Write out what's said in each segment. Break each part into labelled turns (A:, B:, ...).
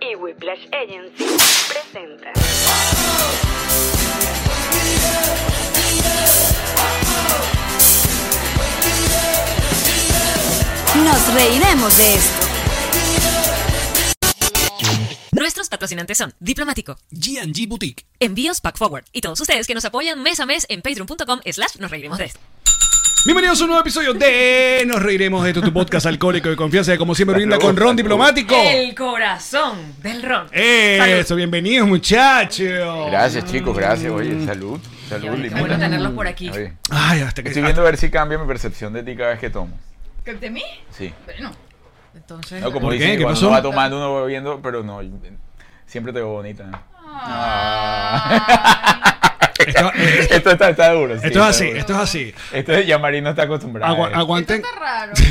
A: y Whiplash Agency presenta.
B: Nos reiremos de esto.
C: Nuestros patrocinantes son Diplomático,
D: G&G Boutique.
C: Envíos Pack Forward y todos ustedes que nos apoyan mes a mes en patreon.com slash nos reiremos de esto.
D: Bienvenidos a un nuevo episodio de Nos Reiremos de esto, tu podcast alcohólico de confianza que como siempre brinda con Ron Diplomático.
C: El corazón del ron.
D: Eso, bienvenidos muchachos.
E: Gracias, chicos, gracias. Oye, salud. Salud,
C: Qué
E: limón.
C: bueno tenerlos por aquí.
E: Oye,
D: Ay, hasta que...
E: Estoy viendo a ver si cambia mi percepción de ti cada vez que tomo.
C: ¿De mí?
E: Sí.
C: Bueno, entonces...
E: No, como
D: ¿Por
E: dicen,
D: qué?
E: que
D: ¿Qué
E: cuando
D: pasó?
E: uno va tomando, uno va viendo, pero no. Siempre te veo bonita. ¿no?
D: Esto, eh,
E: Esto está, está duro. sí,
D: esto es
E: está
D: así,
E: duro.
D: esto es así.
E: Esto ya Marino está acostumbrado.
D: Agua- aguanten.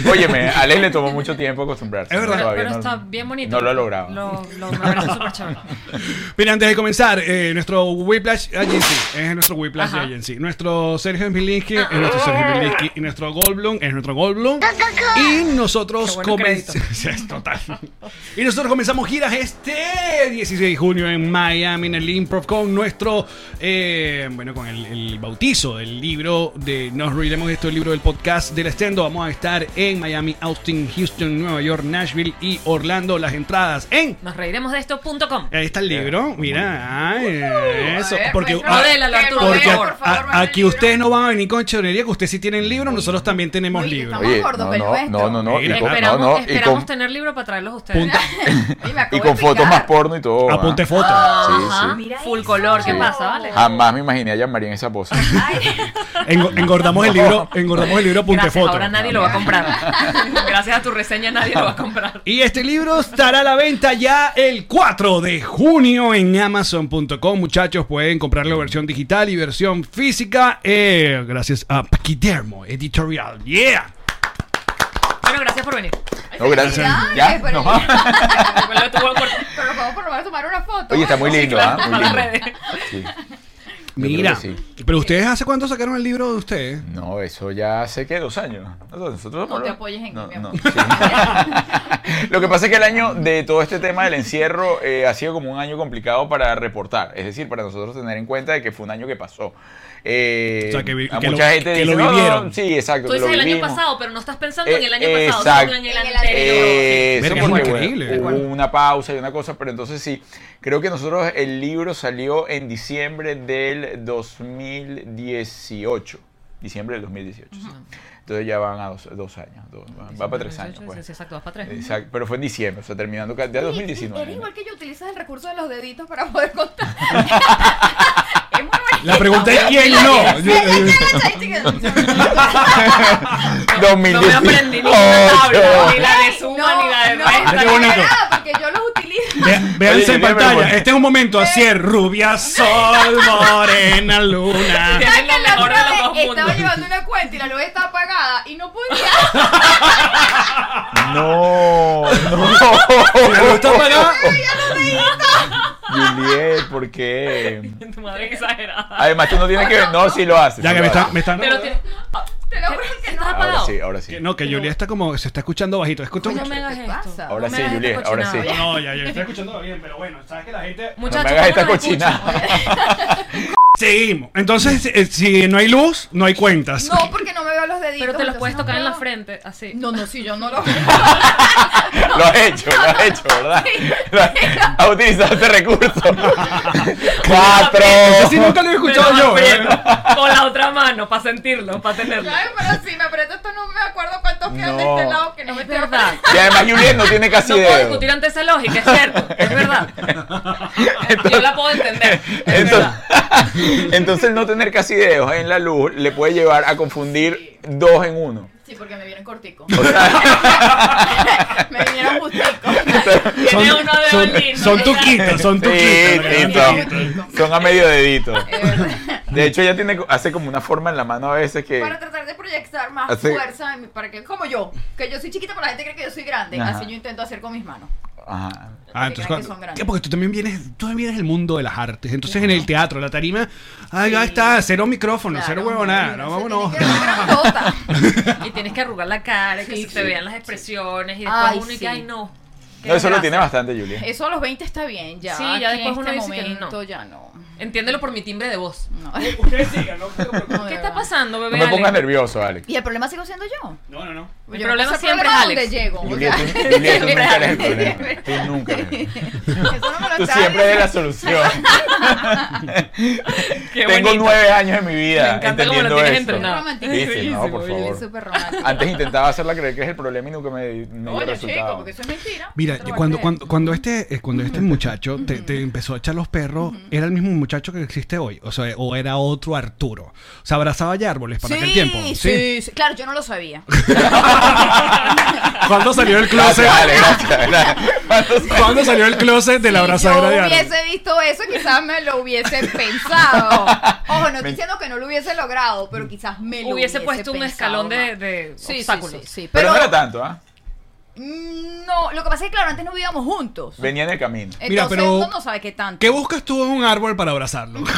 E: Óyeme, a Alex le tomó mucho tiempo acostumbrarse.
D: Es verdad.
E: Todavía
C: Pero
E: no-
C: está bien bonito.
E: No lo ha logrado.
C: Lo, lo me parece súper chévere.
D: Mira, antes de comenzar, eh, nuestro Whiplash Agency es nuestro Whiplash
C: Ajá. Ah.
D: Agency. Nuestro Sergio Milinski es nuestro Sergio Milinski. Y nuestro Goldblum es nuestro Goldblum. Y nosotros
C: Qué bueno
D: comenzamos. Total. Y nosotros comenzamos giras este 16 de junio en Miami, en el Improv, con nuestro. eh, bueno, con el, el bautizo del libro de Nos Reiremos de esto, el libro del podcast del Estendo. Vamos a estar en Miami, Austin, Houston, Nueva York, Nashville y Orlando. Las entradas en.
C: Nos reiremos de esto.com.
D: Ahí está el libro, mira, ay, eso,
F: ver,
D: porque,
F: muestra-
D: ah,
C: Modélalo, pues, Arturo,
D: porque
C: por
D: a-
C: favor.
F: Por favor,
D: a-
F: muestra el
D: aquí
F: libro.
D: ustedes no van a venir con chonería, que ustedes sí tienen libro, nosotros también tenemos
F: Oye,
D: libro.
F: estamos-
E: Oye,
F: gordos,
E: no,
F: pero
E: no,
F: esto.
E: no, no, no, y con-
C: esperamos
E: no, no, y
C: esperamos
E: con-
C: tener libro para traerlos a ustedes.
D: Punta-
F: Oye, me acabo
E: y
F: de
E: con fotos
F: picar.
E: más porno y todo. ¿ah?
D: apunte foto.
E: Sí, sí.
C: Full color, ¿qué
E: Sí.
C: pasa, vale?
E: Jamás me imaginé a Yamari en esa pose.
D: Engo- engordamos el libro, engordamos el libro, apunte
C: Gracias,
D: foto.
C: ahora nadie lo va a comprar. Gracias a tu reseña nadie lo va a comprar.
D: Y este libro estará a la venta ya el 4 de junio en Amazon.com. Muchachos, pueden comprarlo versión digital y versión física. eh, gracias a Paquidermo Editorial. Yeah.
C: Bueno, gracias por venir.
E: No, gracias.
F: felicidades
E: Ya,
F: por
E: no.
F: el-
C: Lo tuvo por-
F: Pero vamos por lo menos a tomar una foto.
E: Oye, está muy lindo, ¿ah?
C: claro,
E: Muy
C: para
E: lindo.
C: las redes.
E: Sí. Yo creo
D: Mira,
E: que sí.
D: pero ustedes hace cuánto sacaron el libro de ustedes?
E: No, eso ya hace que dos años. Nosotros, nosotros-
F: No te apoyes en
E: no,
F: mí, mi amor.
E: no, sí. Lo que pasa es que el año de todo este tema del encierro eh, ha sido como un año complicado para reportar. Es decir, para nosotros tener en cuenta de que fue un año que pasó. Eh,
D: O sea, que vi-
E: a
D: que lo-
E: mucha gente
D: que lo
E: dice, "No, no,
D: vivieron".
E: sí, exacto.
C: Tú
E: que lo
C: dices el año
E: vivimos".
C: pasado, pero no estás pensando en
E: Eh,
C: el año pasado,
E: exacto.
C: sino en el
F: En el
C: anterior.
E: Eh, Eso
D: Verga,
E: porque
D: es
E: bueno,
D: increíble.
E: hubo una pausa y una cosa, pero entonces sí, creo que nosotros el libro salió en diciembre del 2018. Diciembre del 2018. sí. Entonces ya van a dos, dos años, dos- va- va para tres años. pues.
C: Sí, exacto, vas para tres.
E: Exacto, pero fue en diciembre, o sea, terminando ca- ya 2019.
F: Era
E: ¿no?
F: igual que yo utilizas el recurso de los deditos para poder contar. es muy bonito.
D: La pregunta es quién no.
C: No me
E: 2018.
C: aprendí ni la tabla, ni la de suma, ni la de resta.
D: Mira qué bonito.
F: nada, porque yo los utilizo.
D: Ve- Véanse en
E: Oye, yo me lo
D: pantalla.
E: pongo.
D: Este es un momento así: es rubia, sol, morena, luna.
C: Tienen lo
F: La
C: mejor de los
F: otra
C: dos
F: vez estaba
C: mundos.
F: llevando una cuenta y la luz estaba apagada y no podía.
E: No, no.
D: La luz está apagada.
E: Juliet, ¿por qué?
C: Tu madre que exagerada.
E: Además, tú no tienes que ver. No, sí lo haces.
D: Ya
E: sí
D: que
E: lo
D: me están.
E: haces.
D: Me están
C: Te lo tienes.
F: Te lo juro que no.
C: ¿Estás
E: Ahora
C: apagado?
E: sí, ahora sí.
D: no, que Julia está como. Se está escuchando bajito. Escucha
C: No
D: mucho.
C: me hagas
F: ¿Qué
C: esto.
F: pasa?
E: Ahora
C: No
E: sí,
C: me hagas
E: Juliet,
C: este
E: ahora
C: cochinado.
E: sí.
D: No, ya, ya está escuchando bien, pero bueno, sabes que la gente.
E: No
C: Muchachos,
E: me hagas
C: ¿cómo
E: esta
C: nos escuchan?
E: cochina.
D: Seguimos. Entonces, eh, si no hay luz, no hay cuentas.
F: No, porque no me veo los deditos.
C: Pero te los puedes
F: entonces
C: tocar en
F: no
C: la
F: puedo.
C: frente, así.
F: No, no, sí, yo no lo
E: Lo has hecho, lo has hecho, ¿verdad? Has utilizado este recurso. Cuatro.
D: Eso sí nunca lo he escuchado
C: Pero
D: yo. ¿eh?
C: aprieto Con la otra mano, para sentirlo, para tenerlo.
F: Claro, pero si me aprieto esto no me acuerdo cuántos quedan de
E: No.
F: este lado que no me
C: Es
F: estoy
C: verdad.
F: acordando.
E: Y además Juliet no tiene casi
C: No puedo
E: dedo.
C: discutir ante esa lógica, es cierto, es verdad. Yo la puedo entender. es
E: Entonces,
C: verdad.
E: entonces el no tener casi dedos en la luz le puede llevar a confundir dos en uno.
F: Sí, porque me vieron cortico.
E: O sea,
F: me vinieron justico.
C: Tiene uno de
D: son,
C: Berlín, ¿no?
D: son tuquitos, son
E: sí,
D: tuquitos.
F: Tito.
E: tito. Son a medio dedito.
F: Es verdad.
E: De hecho, ella tiene, hace como una forma en la mano a veces que.
F: Para tratar de proyectar más
E: Así-
F: fuerza en mi- para que como yo, que yo soy chiquita, pero la gente cree que yo soy grande,
E: Ajá.
F: así yo intento hacer con mis manos.
E: Ajá.
D: Ah,
F: que
D: entonces,
F: crean que son
D: cuando-
F: grandes.
D: ¿Qué? Porque tú también vienes, tú también vienes del mundo de las artes. Entonces, en el teatro, la tarima, ay, ahí está, cero micrófono, cero huevonada, no, vámonos.
C: Y tienes que arrugar la cara, que se te vean las expresiones y después
F: Ay,
C: uno y
F: sí.
C: que, ay, no. qué
E: No, eso lo
C: desgracia".
E: tiene bastante, Julia.
F: Eso a los 20 está bien, ya.
C: Sí, ya
F: aquí en
C: después uno
F: este
C: dice que no.
F: momento ya no.
C: Entiéndelo por mi timbre de voz.
F: no.
D: Eh,
C: ¿Qué está pasando,
E: No
C: bebé?
E: me pongas
C: Alex?
E: nervioso, Alex.
F: Y el problema sigo siendo yo.
D: No, no, no.
C: El
F: Yo
C: problema
F: no sé
C: siempre
F: problema
C: es Alex.
F: dónde llego. o
E: Julia,
F: sea,
E: tú, Julia, tú nunca eres el
F: Siempre.
E: problema. Tú nunca eres el problema.
F: Eso no me lo
E: Tú
F: sabes.
E: siempre eres la solución.
C: Qué
E: Tengo
C: bonito.
E: nueve años en mi vida.
C: Me encanta cómo lo
E: entendiendo
C: tienes
E: esto.
C: entrenado.
F: Romántico.
E: Dice,
C: Bellísimo,
E: no, por
F: Es
E: favor.
F: súper romántico.
E: Antes intentaba hacerla creer que es el problema y nunca me, me dio
F: Oye, chico,
E: resultado.
F: porque eso es mentira.
D: Mira,
F: Te lo voy a
D: cuando,
F: creer.
D: cuando, cuando este, eh, cuando este muchacho te, te empezó a echar los perros, era el mismo muchacho que existe hoy. O sea, o era otro Arturo. Se abrazaba ya árboles para aquel tiempo.
F: Sí,
D: Sí.
F: sí, sí. Claro, yo no lo sabía.
D: ¿Cuándo salió el closet?
E: Gracias, Ale, gracias, gracias.
D: ¿Cuándo salió el closet de la
F: si
D: abrazadera de
F: yo
D: árboles?
F: hubiese visto eso, quizás me lo hubiese pensado. Ojo, no
E: Me-
F: estoy diciendo que no lo hubiese logrado, pero quizás me lo hubiese
C: Hubiese puesto un
F: pensado
C: escalón de,
F: más.
C: de
F: Sí, sí,
C: obstáculos.
F: sí, sí,
E: Pero
F: Pero,
E: no era tanto, ¿ah?
F: mm, no, lo que pasa es que, claro, antes no vivíamos juntos.
E: Venía en el camino.
F: Entonces,
D: Mira, pero-
F: tú no sabes qué tanto.
D: ¿Qué buscas tú en un árbol para abrazarlo?
C: ¿Qué,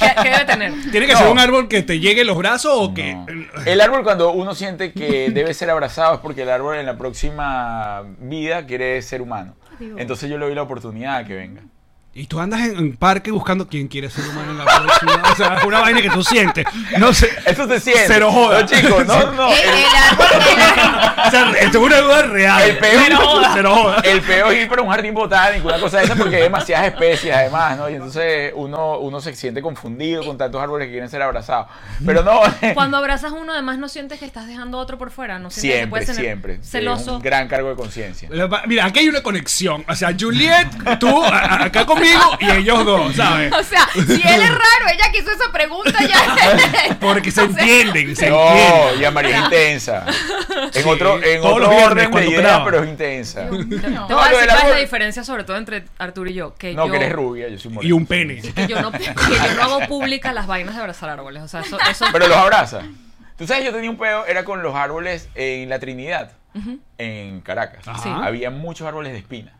C: qué- qué debe tener?
D: ¿Tiene que
E: No.
D: ser un árbol que te llegue los brazos o que...?
E: No. El árbol cuando uno siente que debe ser abrazado es porque el árbol en la próxima vida quiere ser humano. Entonces yo le doy la oportunidad de que venga.
D: Y tú andas en un parque buscando quién quiere ser humano en la próxima. O sea, es una vaina que tú sientes. No sé.
E: Eso se siente.
D: Se lo joda.
E: No, chicos, no, no.
F: El, el árbol, el-
D: O sea, esto es una duda real.
E: El peor,
D: Se lo joda.
E: el peor es ir para un jardín botánico, una cosa de esa, porque hay demasiadas especies además, ¿no? Y entonces uno, uno se siente confundido con tantos árboles que quieren ser abrazados. Pero no,
C: Cuando abrazas uno, además no sientes que estás dejando otro por fuera. No sientes que
E: siempre,
C: puedes tener
E: siempre. Sí,
C: celoso.
E: un gran cargo de conciencia.
D: Lo pa- Mira, aquí hay una conexión. O sea, Juliet, tú a- a- acá conmigo y ellos dos, ¿sabes?
F: o sea, si él es raro, ella que hizo esa pregunta ya.
D: Porque se entienden, se entienden.
E: No, ya María es intensa. En
D: Sí,
E: otro, en
D: todos
E: otro
D: los viernes
E: orden de
D: cuando
E: idea,
D: graba.
E: pero es intensa.
F: No.
C: Te voy a decir
E: No, lo
C: cuál
E: del
C: es la
E: árbol-
C: diferencia, sobre todo entre Arturo y yo. Que
E: No,
C: yo,
E: que eres rubia, yo soy moreno.
D: Y un pene.
C: que yo no, que yo no hago pública las vainas de abrazar árboles. O sea, eso, eso
E: Pero los abraza. Tú sabes, yo tenía un pedo, era con los árboles en la Trinidad, en Caracas.
D: Ajá. Sí.
E: Había muchos árboles de espina.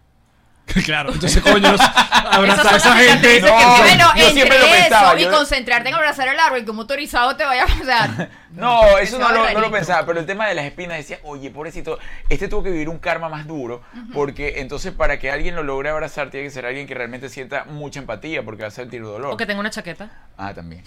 D: Claro, entonces, coño, abrazar a
C: Esas son
D: esa
C: las
D: gente.
C: cicatrices
E: No,
F: bueno,
E: yo siempre lo
F: entre eso
E: pensaba,
F: y
E: yo-
F: concentrarte en abrazar el árbol, que un motorizado te vaya a abrazar.
E: No, eso no lo, no lo
F: rarito.
E: pensaba, pero el tema de las espinas decía, oye, pobrecito, este tuvo que vivir un karma más duro, porque entonces para que alguien lo logre abrazar tiene que ser alguien que realmente sienta mucha empatía, porque va a sentir dolor.
C: O que tengo una chaqueta.
E: Ah, también.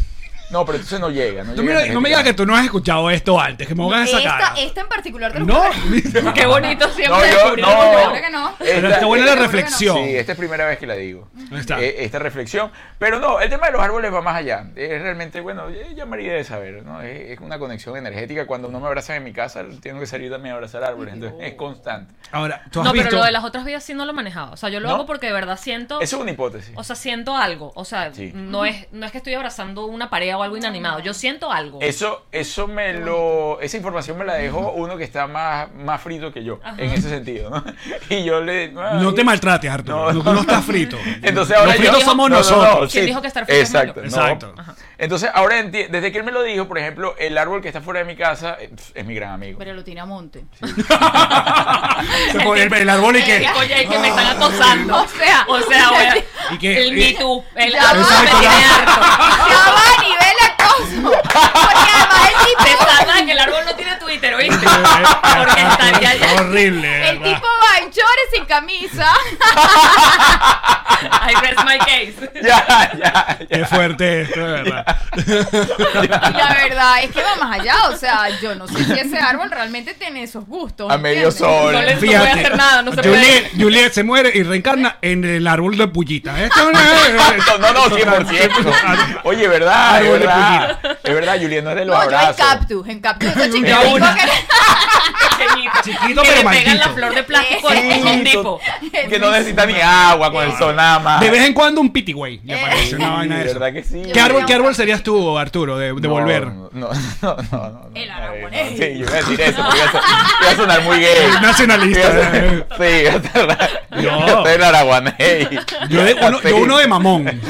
E: No, pero entonces no llega. No,
D: Tú
E: llega
D: mira, no me digas que tú no has escuchado esto antes, que me pongas esa cara.
F: Esta, esta en particular te lo
D: No,
F: juro
C: Qué bonito siempre
E: No, yo,
C: descubrir
E: no.
C: algo nuevo.
F: que no.
D: pero está buena la
F: Seguro que no.
D: reflexión.
E: Sí, esta es primera vez que la digo.
D: Ahí está.
E: Eh, esta reflexión. Pero no, el tema de los árboles va más allá. Es realmente, bueno, eh, ya María debe saber, ¿no? Es, es una conexión energética. Cuando no me abrazan en mi casa, tengo que salir también a abrazar árboles. Entonces, es constante.
D: Ahora, tú has
C: No,
D: visto.
C: pero lo de las otras vidas sí no lo manejaba. O sea, yo lo
D: ¿No?
C: hago porque de verdad siento.
E: Eso es una hipótesis.
C: O sea, siento algo. O sea,
E: Sí.
C: no, es, no es que estoy abrazando una pared o algo inanimado. Yo siento algo.
E: Eso, eso me lo, esa información me la dejó uno que está más, más frito que yo, en ese sentido, ¿no? Y yo le...
D: No te maltrates, Arturo.
E: No,
D: No,
E: no.
D: no estás frito.
E: Entonces ahora
D: Los fritos
E: yo-
D: somos
E: no, no, no,
D: nosotros.
C: ¿Quién dijo que estar frito es
E: Exacto.
D: malo?
E: no.
D: Exacto.
E: Ajá. Entonces ahora enti- desde que él me lo dijo, por ejemplo, el árbol que está fuera de mi casa eh, pf, es mi gran amigo.
F: Pero lo tiene a monte.
D: Se pone el, el árbol y que.
C: Oye, es que me están acosando.
F: O sea,
C: O sea, voy a-
D: ¿Y eh, qué?
C: el Me Too, el
F: Ya
C: me
F: va.
C: tiene harto.
F: Ya va a nivel acoso. Porque además el
C: Te
F: tipo,
C: sacan que el árbol no tiene Twitter, ¿oíste? Porque estaría
D: Está
C: allá.
D: horrible. de
F: el
D: verdad.
F: tipo va en chores sin camisa.
C: I rest my case.
E: Ya, ya, ya.
D: Qué fuerte esto, de verdad.
F: Y la verdad es que va más allá. O sea, yo no sé si ese árbol realmente tiene esos gustos.
E: A medio
F: ¿entiendes?
E: sol.
C: No le no puede
D: Fíjate.
C: hacer nada, no se
D: Juliet,
C: puede.
D: Juliet se muere y reencarna en el árbol de Pullita. Esto no
E: No,
D: es-
E: no, no, 100%. Oye, verdad, es
D: Árbol de
E: verdad. Es verdad, Julián, no es de los
F: No, yo en
E: abrazos.
F: Cactus, en Cactus. Yo chiquitico
C: una.
F: que-
C: Pequeñito.
D: Chiquito
C: que
D: pero
C: le pegan la
D: maldito.
C: flor de plástico
F: Sí,
C: de un tipo.
E: que no necesita ni agua con el sol nada más.
D: De vez en cuando un piti, güey.
C: Eh.
D: Le aparece
E: Sí,
D: una vaina de
E: de
D: eso.
E: verdad que sí.
D: ¿Qué árbol,
F: Yo diría
D: qué
F: un
D: árbol
F: cactus.
D: serías tú, Arturo, de, de volver?
E: No, no, no, no, no,
F: El
E: no,
F: aragonés.
E: no. Sí, yo iba a decir eso, porque iba a ser- iba a sonar muy gay.
D: El nacionalista.
E: Iba a ser- Sí, iba a ser-
D: No.
E: iba a ser el aragonés.
D: Yo, de- uno,
E: Sí.
D: yo uno de mamón.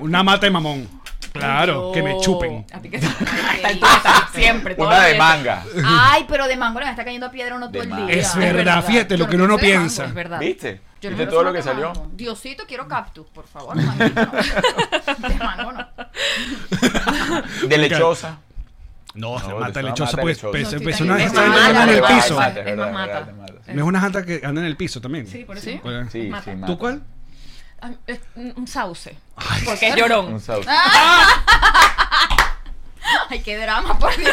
D: Una mata de mamón. Claro, que me chupen.
C: A ti que te-
F: Está en tu casa, siempre. todas
E: Una
F: las
E: de
F: veces.
E: manga.
F: Ay, pero de mango le está cayendo a piedra uno todo
E: De
F: el
E: mango.
F: día.
D: Es verdad, fíjate lo
F: Yo
D: que uno no
F: soy de mango,
D: piensa.
F: Es verdad.
E: ¿Viste?
F: Yo
E: ¿Viste
F: no
E: todo
F: soy
E: lo que
F: de
E: salió?
F: mango. Diosito, quiero cactus, por favor. manguito no. De mango no.
E: De lechosa.
D: No,
E: No,
D: la
E: te
D: mata
E: estaba
D: lechosa,
E: mata
D: pues,
E: lechosa.
D: pues,
F: No,
D: pues,
F: sí,
D: una
F: también.
D: esta
F: Es
D: gente
F: mata,
D: anda en el
F: mata,
D: piso.
F: mata.
E: Es
F: Es más mata.
D: No es una janta que anda en el piso también. Sí,
C: por eso. Sí.
E: Sí, sí, mata.
D: ¿Tú cuál?
C: Ay, es Un un sauce. Porque es llorón.
E: Un sauce.
F: Ah, Ay, qué drama, por Dios.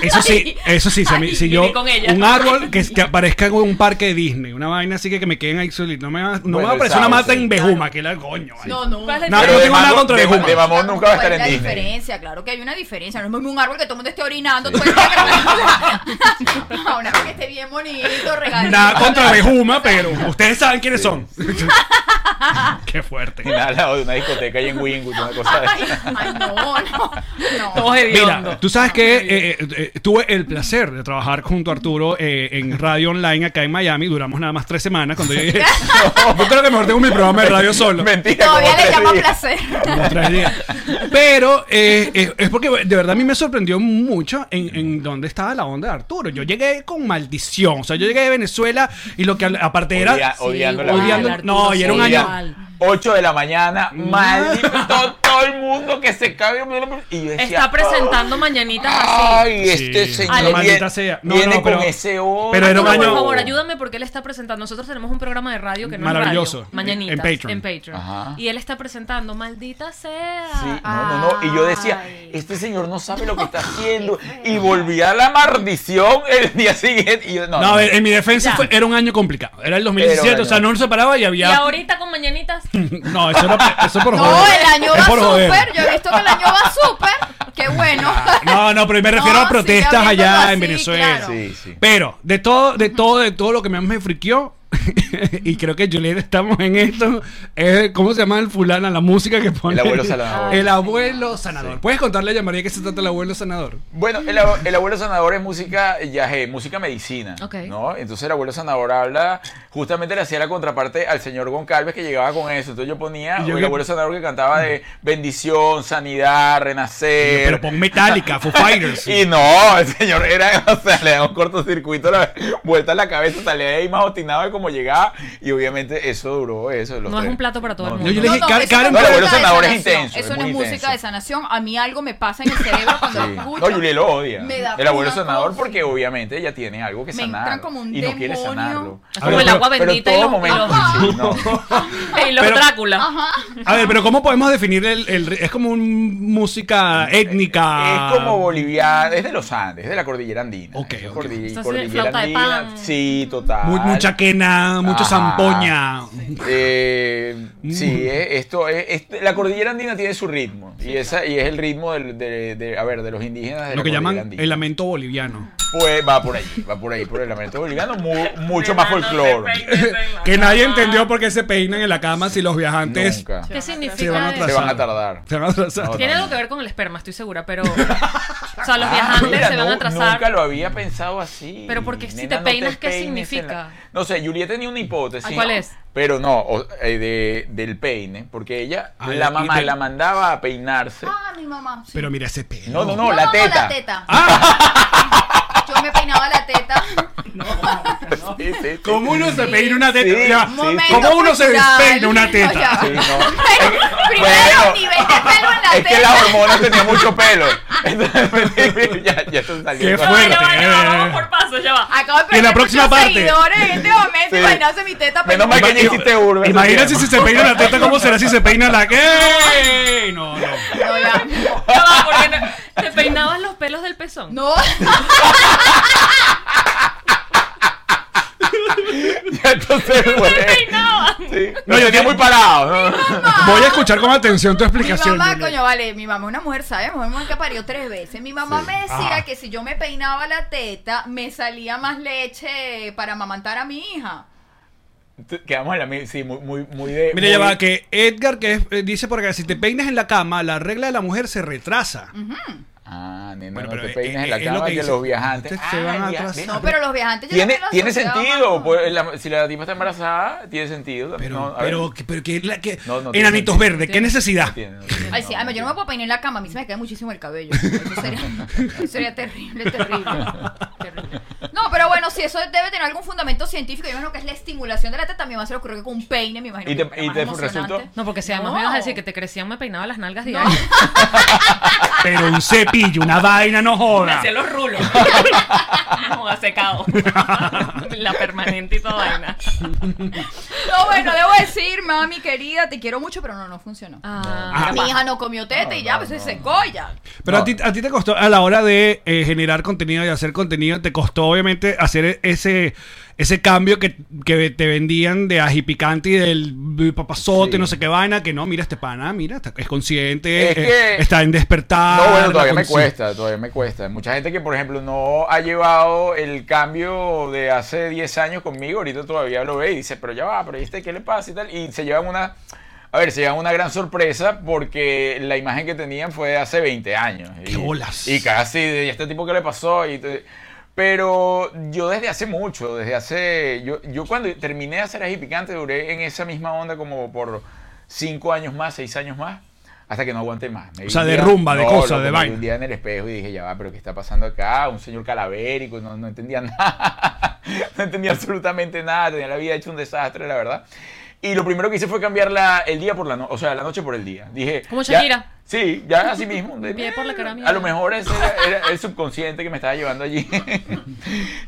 D: Eso sí, eso sí, si, a mí- si
C: Ay,
D: yo
C: viví con ella.
D: un árbol que, que aparezca en un parque de Disney, una vaina así que, que me queden ahí solito, no me va, no me
E: Bueno,
D: va a aparecer una
E: el
D: mata
E: sauce.
D: en Bejuma, que la coño. vale.
F: No, no.
C: ¿Cuál es el
D: No,
C: tuyo?
D: yo
E: Pero de
D: tengo nada
E: mamón-
D: contra
E: de-
D: Bejuma.
E: de mamón nunca va a estar en
F: la
E: Disney.
F: diferencia, claro que hay una diferencia. No es lo mismo un árbol que todo el mundo esté orinando todo el día. que- No, un árbol que esté bien bonito, regalado.
D: Nada contra Bejuma, pero ustedes saben quiénes son. Qué fuerte.
E: Ni nada al lado de una discoteca y en Wingwood, una cosa de
F: Ay, ay, no, no. no.
C: Todos
D: Mira,
C: hediondos.
D: tú sabes que eh, eh, eh, tuve el placer de trabajar junto a Arturo eh, en radio online acá en Miami. Duramos nada más tres semanas. Cuando yo dije, yo creo que mejor tengo mi programa de radio solo.
E: Mentira.
F: Todavía
E: como
F: le
E: tres
F: llama
E: días.
F: placer.
D: Como tres días. Pero eh, es, es porque de verdad a mí me sorprendió mucho en, en dónde estaba la onda de Arturo. Yo llegué con maldición. O sea, yo llegué de Venezuela y lo que al- aparte era.
E: Odia- odiando la
D: igual,
E: vida.
D: Arturo, No, y era un año- Mm.
C: igual.
E: 8 de la mañana, maldito todo el mundo que se cabe. Y yo decía,
C: Está presentando mañanitas así.
E: "Ah, Ay, este
D: Sí,
E: señor
C: Ale-
D: maldita sea. No,
E: viene
D: no,
E: con
D: pero-
E: ese odio.
D: pero era un
C: Arturo,
D: año-
C: por favor, ayúdame porque él está presentando. Nosotros tenemos un programa de radio que no
D: Maravilloso.
C: es radio. Mañanitas.
D: En Patreon.
E: Ajá.
C: Y él está presentando, maldita sea.
E: Sí, no, no, no. Y yo decía,
F: Ay.
E: este señor no sabe lo que está haciendo. Y volví a la maldición el día siguiente. Y yo, no,
D: No, a ver, en mi defensa
C: Ya.
D: fue- era un año complicado. Era el
E: Era
D: 2017,
E: un
D: o sea,
E: año.
D: no nos separaba y
C: Y
D: había.
C: ahorita con mañanitas.
D: No, eso, era, eso por joder.
F: No, el año
D: Es
F: va
D: por joder.
F: súper. Yo he visto que el año va súper. Qué bueno.
D: Ah, No, no, pero me refiero
F: No,
D: a protestas
F: sigue habiéndolo
D: allá
F: así,
D: en Venezuela.
F: claro.
E: Sí, sí.
D: Pero de todo, de todo, de todo lo que más me friqueó, y creo que Juliet estamos en esto, es, ¿cómo se llama el fulana? La música que pone.
E: El abuelo sanador.
D: El abuelo sanador. ¿Puedes contarle a María que se trata el abuelo sanador?
E: Bueno, el, ab- el abuelo sanador es música yajé, música medicina,
C: Ok.
E: ¿no? Entonces el abuelo sanador habla, justamente le hacía la contraparte al señor Goncalves que llegaba con eso. Entonces yo ponía
D: Y yo
E: el
D: que-
E: abuelo sanador que cantaba de bendición, sanidad, renacer.
D: Pero pon Metallica, Foo Fighters.
E: Y no, el señor era, o sea, le daba un cortocircuito, la vuelta a la cabeza, salía ahí más obstinado de como llegaba. Y obviamente eso duró eso. los
C: No es
E: tres.
C: un plato para todo el
E: No,
C: mundo.
D: Yo le dije,
F: No, no,
D: Karen-
F: eso no
D: Karen-
F: es
E: No, el
F: música
E: abuelo
F: de
E: sanador es
F: sanación.
E: intenso, es
F: Eso no es
E: muy
F: música
E: intenso.
F: de sanación. A mí algo me pasa en el cerebro cuando
E: Sí.
F: lo escucho.
E: No, Julia lo odia.
F: Me da
E: El abuelo
F: una
E: sanador
F: cosa.
E: porque obviamente ella tiene algo que
F: Me
E: sanar
F: entran como un
E: y no quiere
F: demonio.
E: sanarlo.
C: Es como el
D: Pero-
C: agua
E: Pero
C: bendita y
E: todo
C: los,
E: momento.
C: y
E: sí, no.
C: los- y los
D: Pero-
C: Drácula.
D: A ver, pero ¿cómo podemos definir el, el ri- Es como una música étnica.
E: Es como boliviano, es de los Andes, es de la cordillera andina.
D: Ah. Ok,
E: Es
D: ok.
E: cordi-
C: Entonces,
E: cordillera
C: flauta de
E: andina.
C: pan.
E: Sí, total.
D: Mu- mucha quena, mucho
E: Ajá.
D: zampoña.
E: Eh,
D: Mm.
E: sí, eh, esto es, es- la cordillera andina tiene su ritmo y esa y es el ritmo del- de, de- a ver, de los indígenas de
D: Lo
E: la
D: que llaman
E: cordillera andina.
D: el lamento boliviano.
E: pues va por ahí, va por ahí por el lamento boliviano, mu- mucho más folclore.
D: Que nadie entendió por qué se peinan en la cama si los viajantes
E: Nunca.
C: ¿Qué
D: se van a
C: significa
D: atrasar.
E: Se
C: eso?
E: van a tardar.
D: Se van a atrasar.
E: No,
C: Tiene
E: no,
C: algo
E: no.
C: que ver con el esperma, estoy segura, pero. O sea, los
E: Ah,
C: viajantes
E: mira,
C: se van
E: nu-
C: a atrasar.
E: Nunca lo había pensado así.
C: Pero porque si
E: Nena,
C: te
E: no
C: peinas, ¿qué
E: peines en
C: significa?
E: No sé, Juliet tenía una hipótesis.
C: ¿Ah, cuál es?
E: Pero no, o- eh, de- del peine, porque ella,
D: Ah,
E: la
D: y
E: mamá
D: te-
E: la mandaba a peinarse.
F: Ah, mi mamá. sí.
D: Pero mira ese pelo.
E: No, no, no, la teta.
F: la teta. Ah. Yo me peinaba la teta.
E: Sí, sí, sí.
D: ¿Cómo uno se peina una teta?
E: Sí,
D: Ya,
E: sí,
F: Momento
D: ¿Cómo uno se
F: cultural.
D: despeina una teta?
F: O sea,
E: Sí, no.
F: Primero
E: Bueno,
F: los niveles de pelo en la
E: es
F: teta.
E: que las hormonas tenían mucho pelo. Entonces, ya, ya se salió.
D: Qué
C: Ya va, ya va,
D: fuerte,
C: ya va,
D: eh.
C: vamos por paso, ya va.
F: Acabo de
D: Y en la
F: perder
D: próxima
F: muchos
D: parte.
F: seguidores en este momento
E: Sí.
F: imaginarse mi teta
E: Menos mal que
F: peluda.
E: ya hiciste urbe.
D: Imagínate si se peina la teta, ¿cómo será si se peina la que? No, no.
F: No, ya.
C: Ya va, porque no- te peinabas los pelos del pezón.
F: No,
E: Ya entonces,
C: te peinabas.
E: Sí. No, yo tenía muy parado. ¿no?
D: Voy a escuchar con atención tu
F: Mi
D: explicación.
F: mamá,
D: Julia.
F: coño, vale, mi mamá es una mujer, ¿sabes? Mujer, mujer que parió tres veces. Mi mamá me decía
D: Ajá.
F: que si yo me peinaba la teta, me salía más leche para amamantar a mi hija.
E: Tú- Quedamos en la misma. Sí, muy, muy, muy de.
D: Mira,
E: muy-
D: ya va, que Edgar que es- eh, dice por acá, si te peinas en la cama, la regla de la mujer se retrasa.
E: Ah, nena,
D: Bueno,
E: no
D: pero
E: te peines
D: eh,
E: en la
D: es lo
E: cama
D: que
E: que,
D: dice.
E: los viajantes.
D: Ustedes se
E: Ah,
D: van
E: el via-
D: atrás.
E: mira,
F: No, pero los viajantes yo creo
E: Tiene,
F: que los
E: tiene
F: asociaba más
E: sentido.
F: con-
E: pues, la- si la tipa está embarazada, tiene sentido.
D: Pero,
E: No, a ver.
D: pero, que- pero que, la, que
E: No, no tiene
D: enanitos
E: sentido.
D: verdes, ¿qué necesidad?
E: Tiene- no tiene-
F: Ay, sí,
E: no,
F: ay,
E: no
F: yo no me puedo peinar en la cama, a mí se me cae muchísimo el cabello. Eso sería, eso sería terrible, terrible, terrible. No, pero bueno, si eso debe tener algún fundamento científico, yo imagino que es la estimulación de la teta, también va a ser ocurrió que con un peine, me imagino.
E: ¿Y te-
F: que era
E: y
F: más
E: te
F: emocionante.
E: resultó?
C: No, porque si además me
F: No.
C: ibas a decir que te crecían, me peinaba las nalgas diario.
D: Pero un cepillo, una vaina, no
C: Me
D: joda.
C: hacía los rulos. No, a secado. La permanente y toda vaina.
F: No, bueno, debo decir, mami querida, te quiero mucho, pero no, no funcionó.
C: Ah,
F: Mi hija no comió teta y ya, pues se secó y ya.
D: Pero a,
E: No.
D: ti, a ti te costó, a la hora de eh, generar contenido y hacer contenido, te costó obviamente hacer e- ese, ese cambio que, que te vendían de ají picante y del papazote,
E: Sí.
D: no sé qué vaina, que no, mira este pana, mira, está- es consciente,
E: Es
D: eh,
E: que-
D: está en despertar.
E: No, bueno,
D: la
E: todavía me
D: consci-
E: cuesta, todavía me cuesta. Mucha gente que, por ejemplo, no ha llevado el cambio de hace 10 años conmigo, ahorita todavía lo ve y dice, pero ya va, pero ¿viste qué le pasa y tal? Y se llevan una, a ver, se llevan una gran sorpresa porque la imagen que tenían fue de hace 20 años. Y-
D: ¡Qué bolas!
E: Y casi, de este tipo que le pasó? Y te- pero yo desde hace mucho, desde hace, yo, yo cuando terminé de hacer ají picante duré en esa misma onda como por 5 años más, 6 años más. Hasta que no aguanté más. Me
D: O sea,
E: vi
D: de
E: un día-
D: rumba, de cosas,
E: loco,
D: de
E: me vi
D: vaina.
E: Un día en el espejo y dije, ya va, pero ¿qué está pasando acá? Un señor calavérico, no, no entendía nada. no entendía absolutamente nada, tenía la vida hecho un desastre, la verdad. Y lo primero que hice fue cambiar la- el día por la noche, o sea, la noche por el día. Dije,
C: Como
E: ya-
C: Shakira.
E: sí, ya así mismo. De-
C: Pie por la cara, mierda.
E: a lo mejor ese era, era el subconsciente que me estaba llevando allí.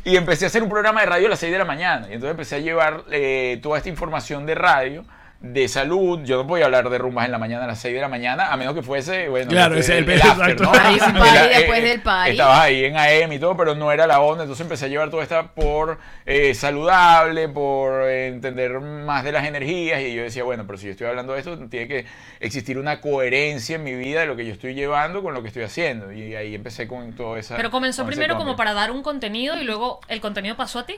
E: y empecé a hacer un programa de radio a las 6 de la mañana. Y entonces empecé a llevar eh, toda esta información de radio, de salud. Yo no podía hablar de rumbas en la mañana a las 6 de la mañana, a menos que fuese, bueno, este,
D: Claro, ese es el- exacto.
F: Party,
E: El-
F: party,
E: eh,
F: después del party.
E: Estabas ahí en AM y todo, pero no era la onda. Entonces empecé a llevar toda esta por eh, saludable, por eh, entender más de las energías. Y yo decía, bueno, pero si yo estoy hablando de esto, tiene que existir una coherencia en mi vida de lo que yo estoy llevando con lo que estoy haciendo. Y ahí empecé con todo esa.
C: Pero comenzó
E: con ese
C: primero como
E: cambio.
C: para dar un contenido y luego el contenido pasó a ti.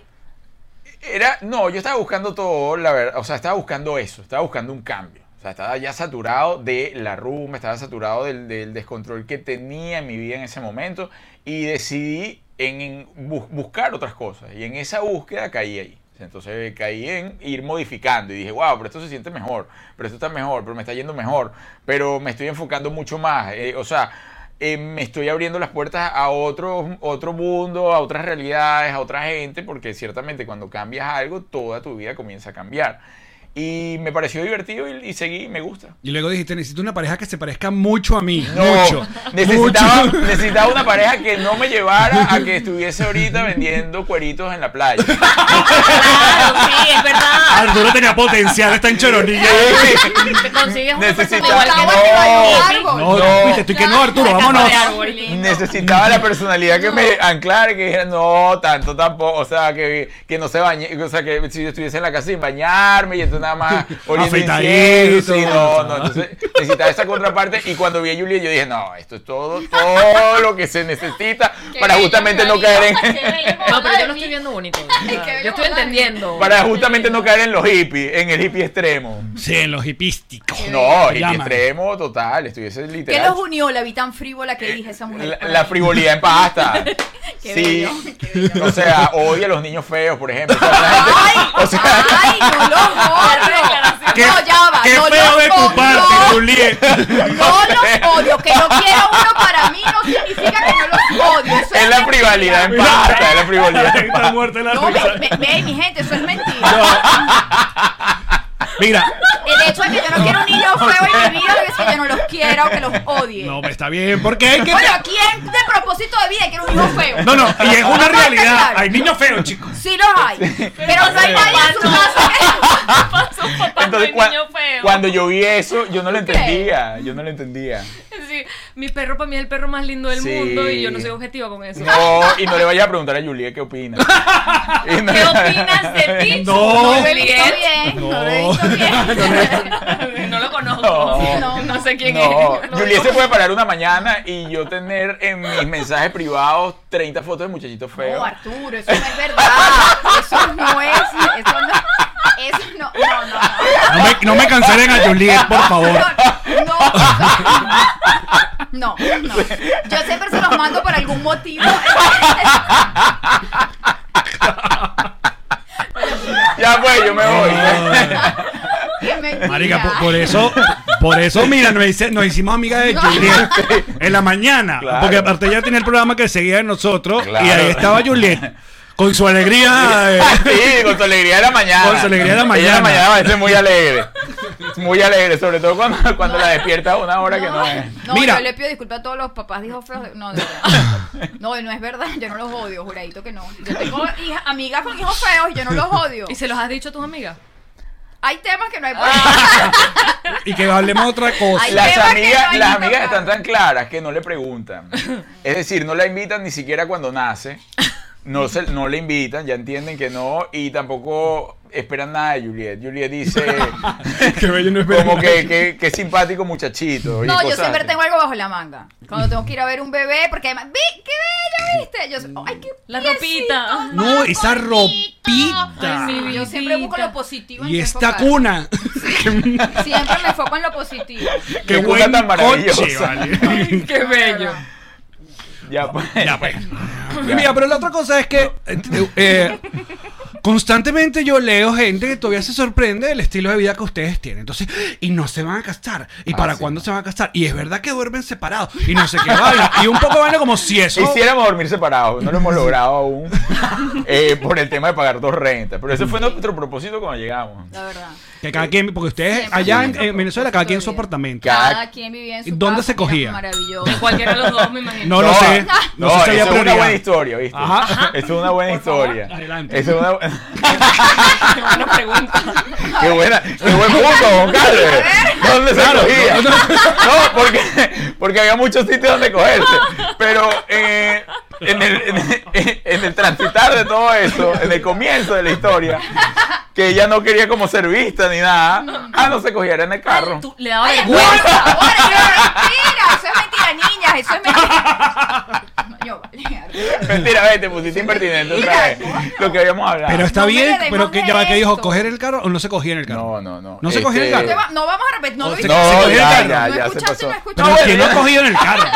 E: Era, no, yo estaba buscando todo, la verdad, o sea, estaba buscando eso, estaba buscando un cambio. O sea, estaba ya saturado de la rumba, estaba saturado del, del descontrol que tenía en mi vida en ese momento y decidí en, en bu- buscar otras cosas. Y en esa búsqueda caí ahí. Entonces caí en ir modificando y dije, wow, pero esto se siente mejor, pero esto está mejor, pero me está yendo mejor, pero me estoy enfocando mucho más. eh, o sea, eh, me estoy abriendo las puertas a otro, otro mundo, a otras realidades, a otra gente, porque ciertamente cuando cambias algo, toda tu vida comienza a cambiar. Y me pareció divertido y, y seguí, me gusta.
D: Y luego dijiste, necesito una pareja que se parezca mucho a mí.
E: No,
D: mucho.
E: necesitaba,
D: mucho.
E: necesitaba una pareja que no me llevara a que estuviese ahorita vendiendo cueritos en la playa.
C: Claro, sí, es verdad.
D: Arturo tenía potencial, está en choronilla.
C: Te consigues una persona igual
E: Necesitaba-
C: que
F: Agua que bailó
C: Oh, no.
F: árbol.
D: No,
E: No.
D: viste, estoy que no, Arturo, vámonos.
C: de árbol.
E: Necesitaba la personalidad que me anclara, que dijera, no, tanto tampoco, o sea, que, que no se bañe, o sea, que si yo estuviese en la casa sin bañarme y entonces nada más oliendo
D: Afeitadito.
E: incienso, y no, no, entonces necesitaba esa contraparte y cuando vi a Julia yo dije, no, esto es todo, todo lo que se necesita para
F: bello,
E: justamente no
F: Gabriel.
E: caer en...
F: Qué bello,
C: No, pero yo
F: Gabriel.
C: lo estoy viendo bonito.
F: Ay, qué
C: Yo estoy
F: bello,
C: entendiendo.
E: Para justamente no caer en los hippies, en el hippie extremo.
D: Sí, en los hipísticos.
E: No, hippie
D: Llaman.
E: extremo total, estuviese
F: ¿Qué
E: literal.
F: los unió? La vi tan frívola que dije esa mujer.
E: La, la frivolidad en pasta.
F: Qué
E: sí.
F: bello, qué bello.
E: O sea, odia a los niños feos, por ejemplo. O sea, la gente- o sea,
F: Ay, no lo
C: declaración.
F: odio. No, ya va.
D: Qué
F: Ah, no
D: feo
F: los
D: de tu
F: odio.
D: parte, Juliet.
F: No los odio. Que no quiera uno para mí no significa que no los odio. Eso
E: es la
F: mentira.
E: frivolidad en pasta, es la frivolidad en
D: Está
E: pasta.
D: muerta la
F: No,
D: risa.
F: ve, ve- ve, mi gente, eso es mentira.
D: Mira,
F: El hecho de que yo no quiero un niño feo en mi vida no es que yo no los quiera o que los odie.
D: no, está bien, porque hay que...
F: Bueno, ¿quién de propósito de vida quiere un hijo feo?
D: No, no, y es una
F: Vamos a
D: realidad.
F: aclarar.
D: Hay niños feos, chicos.
F: Sí los hay, pero no hay nadie en su casa.
C: Pasó un papá
E: Entonces,
C: muy
E: cua-
C: niño feo.
E: cuando yo vi eso, yo no lo entendía. Yo no lo entendía.
C: Sí, mi perro para mí es el perro más lindo del
E: Sí.
C: mundo y yo no soy objetiva con eso.
E: No, y no le vaya a preguntar a Juliet qué opina. Y no
C: ¿Qué
E: le-
C: opinas de ti?
D: No.
F: No lo he visto
C: Juliet?
F: bien, no lo he visto bien.
C: No lo conozco.
E: No.
C: No,
F: No,
C: sé quién
E: No,
C: es. Lo
E: Juliet
C: digo
E: se puede parar una mañana y yo tener en mis mensajes privados 30 fotos de muchachitos feos.
F: No, Oh, Arturo, eso no es verdad. Eso no es. Eso no. Eso no. No, no, no.
D: No me, no me cancelen a Juliet, por favor.
F: No, no, no. Yo siempre se los mando por algún motivo.
E: Ya pues, yo me voy.
D: Ah,
F: Qué mentira.
D: Marica, por, por eso, por eso, mira, nos, hice- nos hicimos amigas de Juliet en la mañana.
E: Claro.
D: Porque aparte ella tenía el programa que seguía de nosotros.
E: Claro.
D: Y ahí estaba Juliet. Con su alegría. eh,
E: Sí, con su alegría de la mañana.
D: Con su alegría de la
E: Ella
D: mañana.
E: mañana parece muy alegre. Muy alegre, sobre todo cuando, cuando la despierta a una hora que no es.
F: No,
D: Mira.
F: yo le pido disculpas a todos los papás de hijos feos. de- No, de verdad. No, no es verdad. Yo no los odio, juradito que no. Yo tengo hija- amigas con hijos feos y yo no los odio.
C: ¿Y se Ah. los has dicho a tus amigas?
F: Hay temas que no hay por
D: y que hablemos de otra cosa.
F: Ay,
E: Las
F: tema que
E: amigas,
F: no hay
E: las
F: ni
E: amigas
F: tocar.
E: están tan claras que no le preguntan. Es decir, no la invitan ni siquiera cuando nace. No, se, no le invitan, ya entienden que no. Y tampoco esperan nada de Juliet. Juliet dice
D: Qué bello, no es
E: como
D: verdad.
E: que, que, que simpático muchachito. y
F: No, yo
E: cosas
F: siempre
E: así.
F: tengo algo bajo la manga. Cuando tengo que ir a ver un bebé, porque además, ¡vi! ¡Qué bello, viste! Yo, so- ¡Ay, qué
C: La
F: piecitos
C: ropita.
F: más
D: No, esa
F: bonitos!
D: ropita.
C: Ay, mi
F: Yo siempre busco
C: vidita.
F: lo positivo. en
D: Y
F: qué
D: esta
F: enfocar.
D: cuna.
F: Siempre me enfoco en lo positivo.
D: Qué
E: Qué cosa
D: buen
E: tan maravillosa.
D: coche, vale.
C: ¡Qué bello!
E: Ya pues.
D: Ya, pues. Mira, pero la otra cosa es que eh, eh, constantemente yo leo gente que todavía se sorprende del estilo de vida que ustedes tienen. Entonces, y no se van a casar. ¿Y
E: Ah,
D: para
E: sí.
D: cuándo se van a casar? Y es verdad que duermen separados. Y no sé qué vaina. Y un poco vaina como si eso.
E: Quisiéramos dormir separados, no lo hemos logrado aún eh, por el tema de pagar dos rentas. Pero ese fue nuestro propósito cuando llegamos.
F: La verdad.
D: Que cada quien, porque ustedes
F: Siempre
D: allá en,
F: tienen
D: en Venezuela, cada quien su
F: propósito de
D: apartamento.
E: Cada-
F: Cada quien vivía en su
D: ¿Dónde
F: casa,
D: se cogía?
F: mira,
C: En
F: Maravilloso.
C: cualquiera de los dos, me imagino.
D: No lo sé. No,
E: No,
D: sé si
E: eso
D: había
E: es una buena
D: prioridad.
E: historia, ¿viste?
D: Ajá.
E: Eso es una buena historia.
D: adelante.
E: Eso es una...
C: Qué buena pregunta.
E: qué, buena, qué buen punto, Juan Carlos. ¿Dónde se cogía? No, porque, porque había muchos sitios donde cogerse. Pero eh, en, el, en, el- en el transitar de todo eso, en el comienzo de la historia, que ella no quería como ser vista ni nada, ah, no se cogiera en el carro.
C: Tú- le daba
F: ¡Ay, es
C: vergüenza.
F: mentira! mentira! Eso es mentira, niñas. Eso es mentira. Yo, vale.
E: Mentira, ve, te pusiste impertinente otra
F: Mentira,
E: vez. Lo que habíamos hablado.
D: Pero está
F: No me
D: bien,
F: debemos
D: pero que
F: de
D: ya va que dijo,
F: esto.
D: ¿coger el carro o no se cogía en el carro?
E: No, no, no.
D: No se cogió el
E: Este-
F: No te va- No vamos a repetir. No lo
D: No,
F: hice.
E: No,
D: se
E: ya,
D: cogió el
E: ya, ya
F: no
E: se
F: escuchaste,
E: pasó.
F: no escuchaste.
D: Pero
E: No,
D: ¿quién no ha
E: bueno,
D: cogido en el carro?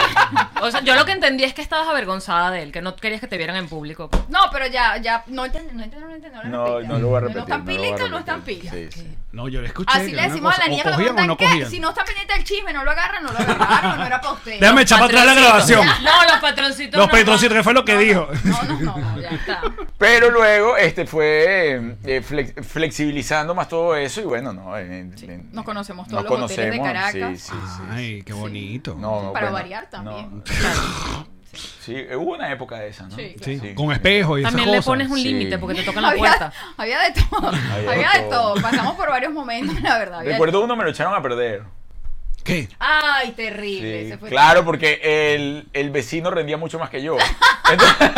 C: O sea, yo lo que entendí es que estabas avergonzada de él, que no querías que te vieran en público.
F: No, pero ya, ya, no entiendo, no entiendo, no entiendo.
E: No, no lo voy a repetir.
F: No están
E: lo voy a
F: pilica, no están
E: repetir.
F: pilica.
E: Sí, sí.
D: No, yo le escuché. que
F: Así Ah, le
D: era una
F: decimos a
D: cosa,
F: la niña
D: o
F: que le
D: cogían o
F: preguntan
D: no
F: qué,
D: cogían.
F: si no está pendiente del chisme, no lo agarran, no lo agarraron, no era para usted.
D: Déjame echar para atrás la grabación.
C: No, los patroncitos.
D: Los
C: no,
D: Petrocitos, que fue lo que dijo.
F: No, no, no, no, ya está.
E: Pero luego este fue eh, flex- flexibilizando más todo eso y bueno, no. eh, eh,
F: nos conocemos todos
E: nos
F: los hoteles de
E: conocemos,
F: Caracas.
E: Sí, sí, sí.
D: Ay, qué bonito.
E: No, no,
F: Para
E: bueno,
F: variar también.
E: no. Sí, eh, hubo una época de esa, ¿no?
F: Sí, claro.
D: Sí, con espejo y esas
C: También le
D: cosas.
C: pones un
E: Sí.
C: límite porque te tocan la
F: Había,
C: puerta.
F: había de todo,
E: Había
F: había,
E: de
F: de todo. Pasamos por varios momentos, la verdad. había-
E: Recuerdo uno me lo echaron a perder.
D: ¿Qué?
F: Ay, terrible.
E: Sí,
F: se fue
E: claro, porque el, el vecino rendía mucho más que yo. Entonces,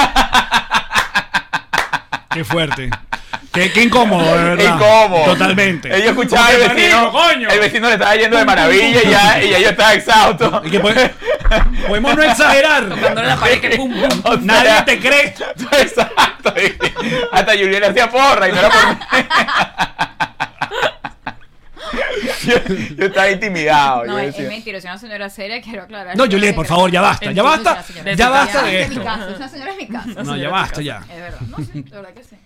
D: Qué fuerte. Qué, qué incómodo, de verdad.
E: incómodo.
D: Totalmente.
E: Eh, Yo escuchaba al
D: Porque, marico,
E: vecino.
D: coño.
E: El vecino le estaba yendo de maravilla y ya, y ya yo estaba exhausto.
D: Y que pues- puede- podemos no exagerar.
C: Dándole la pared que pum, pum.
E: O sea,
D: Nadie te cree.
E: Exacto. y hasta Julián le hacía porra y no era por mí. yo, yo estaba intimidado.
F: No,
E: yo
F: es,
E: decía,
F: es mentira, es una señora seria, quiero aclarar.
D: No, Juliet, por favor, ya basta. Ya
C: Entonces,
D: basta.
C: ya, señora.
D: Ya basta
F: es
D: de
F: mi
D: esto.
F: casa, es una señora de mi casa.
D: No, ya basta, ya.
F: Es verdad, no sí, la verdad que sí.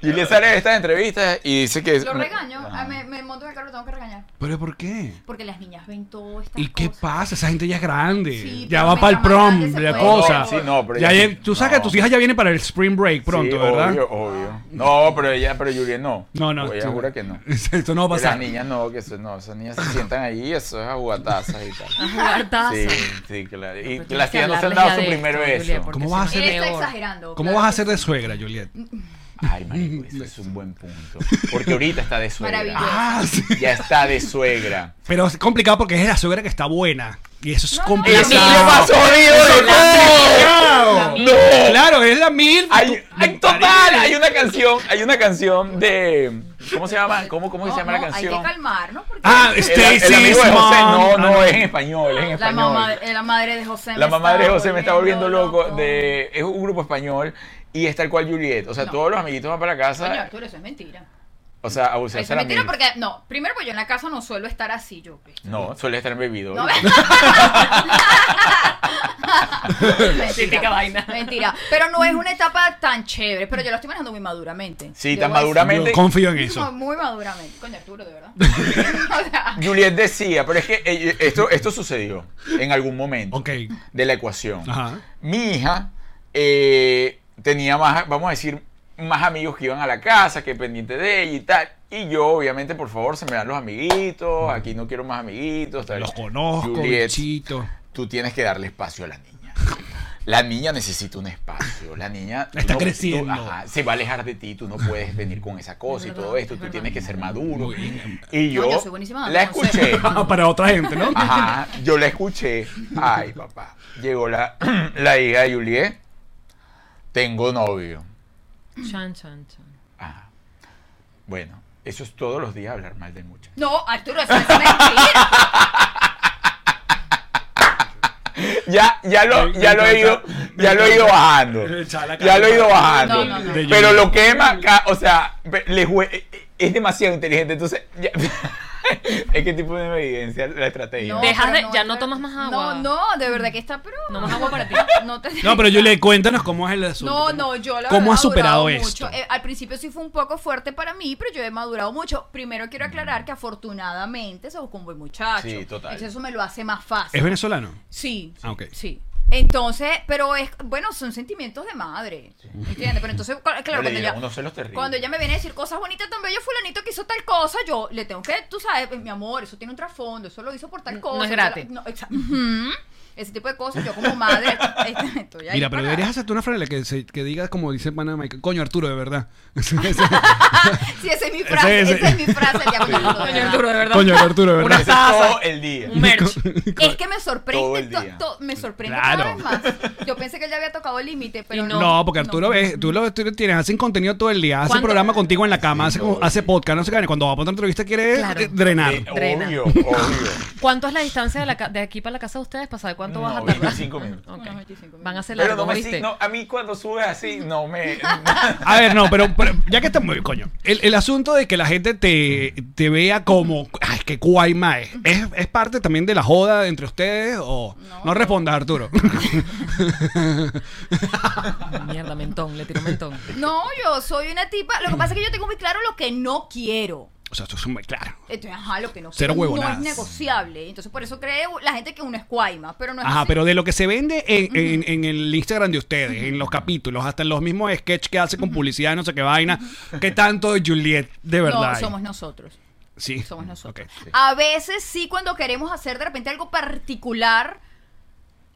E: Julián sale de estas entrevistas y dice que.
F: Lo regaño, ah, me, me monto en el carro, tengo que regañar.
D: ¿Pero por qué?
F: Porque las niñas ven todo estas
D: ¿Y qué
F: cosas.
D: pasa? Esa gente ya es grande.
F: Sí,
D: ya
F: pero
D: va
F: me
D: para el
F: llaman
D: prom,
F: antes, se
D: la
F: puede.
D: cosa.
E: Sí, no, pero
D: Ya
E: ya-
D: lle- tú sabes
E: no.
D: que tus hijas ya vienen para el spring break pronto,
E: Sí,
D: ¿verdad?
E: Obvio, obvio. No, pero ella, pero Julián no.
D: No, no.
E: Ella
D: tú-
E: jura que no.
D: Esto no va a
E: Las
D: pasar.
E: niñas no, que eso, no, esas niñas se sientan ahí, eso es a jugatazas y tal.
C: Guardaza.
E: Sí, sí, claro. Y
C: Pero
E: las
C: tienes que
E: tías no se han
C: hablarles
E: dado
C: ya
E: su
C: de
E: primer
C: esto, Julia,
E: beso.
C: porque
D: ¿Cómo
C: si
D: vas a
C: no
D: hacer
F: Él
C: es
F: está
C: peor.
F: exagerando.
D: ¿Cómo
F: claro
D: vas a ser
F: que
D: de suegra, Juliet?
E: Ay, marico, ese es un buen punto. Porque ahorita está de suegra.
F: Maravilloso.
D: Ah, sí.
E: Ya está de suegra.
D: Pero es complicado porque es la suegra que está buena. Y eso es
E: ¡El
D: complicado.
E: amigo más jodido de
D: ¡Claro!
E: todo! ¡No!
D: Claro, es la mil.
E: Hay, hay- total, hay una canción, hay una canción de ¿cómo se llama? ¿Cómo, cómo que se llama la
F: Hay
E: canción?
F: que calmarnos porque
D: Ah,
E: El- el amigo de
D: Stacy's
E: José,
D: mom.
E: no,
D: Ah, no.
E: no, es en español, es en
F: la,
E: español.
F: mamá, eh, la madre de José me
E: La mamá
F: está
E: de José me está volviendo loco. De, es un grupo español y es tal cual Juliet. O sea,
F: No.
E: todos los amiguitos van para
F: Coño,
E: casa.
F: Arturo, eso es mentira.
E: O sea, abusarse
F: Eso
E: a la
F: es mentira
E: mil.
F: porque, no, primero porque yo en la casa no suelo estar así, yo. pues,
E: No, suele estar bebido.
F: No,
C: Típica
F: mentira,
C: vaina.
F: mentira. Pero no es una etapa tan chévere, pero yo la estoy manejando muy maduramente.
E: Sí,
F: Debo
E: tan
F: decir.
E: maduramente.
D: Yo confío en
F: Muy-
D: eso.
F: Muy maduramente. Coño, Arturo, de verdad. O sea,
E: Juliet decía, pero es que eh, esto, esto sucedió en algún momento
D: Ok.
E: de la ecuación.
D: Ajá.
E: Mi hija eh, tenía más, vamos a decir, más amigos que iban a la casa, que pendiente de ella y tal. Y yo, obviamente, por favor, se me dan los amiguitos. Aquí no quiero más amiguitos. tal.
D: Los conozco,
E: Juliet,
D: bichito.
E: tú tienes que darle espacio a la niña. La niña necesita un espacio. La niña tú
D: Está
E: tú-
D: creciendo.
E: ajá, se va a alejar de ti. Tú no puedes venir con esa cosa y todo esto. Tú tienes que ser maduro.
D: Muy bien.
E: Y yo,
F: No, yo soy buenísima dando
E: la escuché.
D: Ah, para otra gente, ¿no?
E: Ajá, yo la escuché. Ay, papá. Llegó la, la hija de Juliet. Tengo novio.
C: Chan, chan, chan.
E: Ajá. Bueno, eso es todos los días hablar mal del muchacho.
F: no, Arturo, eso es mentira.
E: Ya, ya lo, ya lo he ido, ya lo he ido bajando. Ya lo he ido bajando.
F: No, no, no.
E: Pero lo quema, ca- o sea, pe- le jue- e, es demasiado inteligente. Entonces, ya- es que tipo de evidencia la estrategia.
F: No,
C: Dejas
F: pero
C: de- ya no
F: Arturo,
C: tomas más agua.
F: No, no, de verdad que está, pero.
C: No más agua para ti.
F: No, te-
D: No, pero Juliet, cuéntanos cómo es el asunto.
F: No, no, yo la
D: ¿Cómo
F: verdad
D: has superado
F: he madurado
D: esto?
F: mucho. Eh, al principio sí fue un poco fuerte para mí, pero yo he madurado mucho. Primero quiero aclarar que afortunadamente se buscó un buen muchacho.
E: Sí, total.
F: Entonces eso me lo hace más fácil.
D: ¿Es venezolano?
F: Sí.
D: Ah, ok.
F: Sí. Entonces, pero es, bueno, son sentimientos de madre. ¿Entiendes? Pero entonces, cu-
E: Pero le
F: claro, cuando
E: llegan
F: ella,
E: unos celos terribles.
F: cuando ella me viene a decir cosas bonitas, tan bello fulanito que hizo tal cosa, yo le tengo que, tú sabes, eh, mi amor, eso tiene un trasfondo, eso lo hizo por tal
C: No
F: cosa.
C: es
F: eso
C: gratis.
F: la- no, exa- Ujú. Ese tipo de cosas, yo como madre, este, estoy ahí
D: Mira, pero
F: para-
D: deberías hacerte una frase que, se- que diga como dice Panamá. Coño, Arturo, de verdad.
F: Sí, esa es mi frase,
D: Ese-
F: esa es mi frase. el diablo, de
C: Coño,
F: verdad.
C: Arturo, de verdad.
D: Coño, Arturo, de
E: Ese
D: verdad.
E: es todo el día.
C: Un merch.
F: Es que
E: Todo
F: me
E: el
F: sorprende,
E: día.
F: to- to- me sorprende cada
D: Claro.
F: vez más. Yo pensé que él ya había tocado el límite, pero
C: Y
F: no.
D: No, porque Arturo
F: no.
D: ves, tú lo tú lo tienes, hacen contenido todo el día, hace
C: ¿Cuánto?
D: programa contigo en la cama, hace, como- hace podcast, no sé qué, cuando va a poner entrevista quiere
C: Claro.
D: eh, drenar.
E: Eh,
C: Drena.
E: obvio, obvio.
C: ¿Cuánto es la distancia de, la ca- de aquí para la casa de ustedes? ¿Para saber cuánto
E: No,
C: vas a tardar?
E: 25 minutos.
C: Ok.
F: Unos 25
C: Van a ser
E: Pero
C: largos,
E: no me
C: ¿viste?
E: sig- no, a mí cuando subes así, no me.
D: A ver, no, pero, pero ya que estamos, coño, el, el asunto de que la gente te, te vea como, ay, que cuaima es, es, es parte también de la joda entre ustedes o no, respondas, Arturo.
C: Mierda, mentón, le tiro mentón.
F: No, yo soy una tipa. Lo que pasa es que yo tengo muy claro lo que no quiero.
D: o sea, eso es muy claro.
F: Entonces, ajá, lo que no
D: Cero
F: quiero no
D: huevonadas.
F: es negociable. Entonces, por eso cree la gente que uno es cuaima, pero no es
D: Ajá,
F: así.
D: pero de lo que se vende en, en- en el Instagram de ustedes, en los capítulos, hasta en los mismos sketch que hace con publicidad, no sé qué vaina, ¿qué tanto de Juliet de verdad?
F: No,
D: hay?
F: somos nosotros.
D: sí.
F: Somos nosotros.
D: mm,
F: Ah.
D: Ok.
F: A veces sí, cuando queremos hacer de repente algo particular,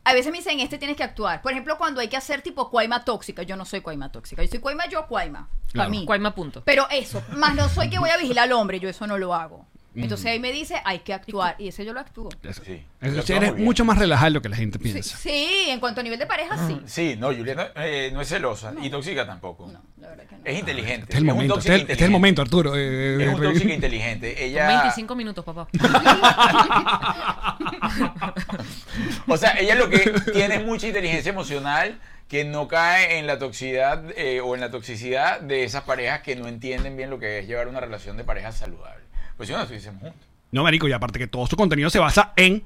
F: a veces me dicen, este tienes que actuar. Por ejemplo, cuando hay que hacer tipo cuaima tóxica. Yo no soy cuaima tóxica. Yo soy cuaima, yo cuaima. Para
D: Claro.
F: mí.
C: Cuaima punto.
F: Pero eso, más no soy que voy a vigilar al hombre, yo eso no lo hago. Entonces ahí me dice, hay que actuar. Y ese yo lo actúo.
D: Eso.
E: Sí.
D: Eso,
E: Lo
D: sí,
E: toma
D: eres
E: muy bien.
D: mucho más relajado de lo que la gente
F: Sí,
D: piensa.
F: sí, en cuanto a nivel de pareja, sí.
E: Sí, no, Juliet no, eh, no es celosa y tóxica tampoco.
F: No, la verdad que no.
E: Es inteligente.
D: Este es el
E: un
D: momento,
E: tóxico
D: este es el- este es el momento,
E: inteligente.
D: Arturo. eh,
E: Es un
D: de-
E: tóxico inteligente.
C: Son
E: Ella,
C: 25 minutos, papá.
E: O sea, ella lo que tiene es mucha inteligencia emocional que no cae en la toxicidad eh, o en la toxicidad de esas parejas que no entienden bien lo que es llevar una relación de pareja saludable. Pues si no, estuviésemos juntos.
D: No, marico, y aparte que todo su contenido se basa en,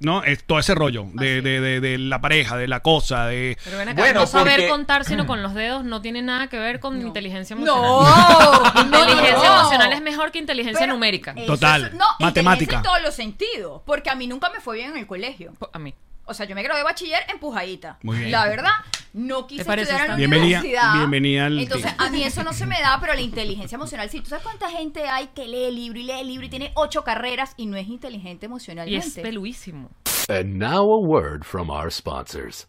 D: ¿no? Es todo ese rollo
F: Ah,
D: de, de, de, de la pareja, de la cosa, de...
C: Pero ven acá,
E: Bueno,
C: no saber
E: porque-
C: contar sino con los dedos no tiene nada que ver con inteligencia emocional.
F: No,
C: Inteligencia
F: no.
C: emocional es mejor que inteligencia
F: Pero eh,
C: numérica.
F: eso
D: Total,
F: es- no, inteligencia
D: matemática.
F: en todos los sentidos. Porque a mí nunca me fue bien en el colegio.
C: Po- A mí.
F: O sea, yo me gradué de bachiller empujadita.
D: Muy bien.
F: La verdad, no quise
C: ¿Te parece,
F: estudiar en la
C: Sam?
D: Bienvenida-
F: universidad.
D: bienvenida al
F: Entonces,
D: club.
F: a mí eso no se me da, pero la inteligencia emocional, sí. ¿Tú sabes cuánta gente hay que lee libro y lee libro y tiene ocho carreras y no es inteligente
C: Y es
F: emocionalmente?
C: peluísimo.
G: And now a word from our sponsors.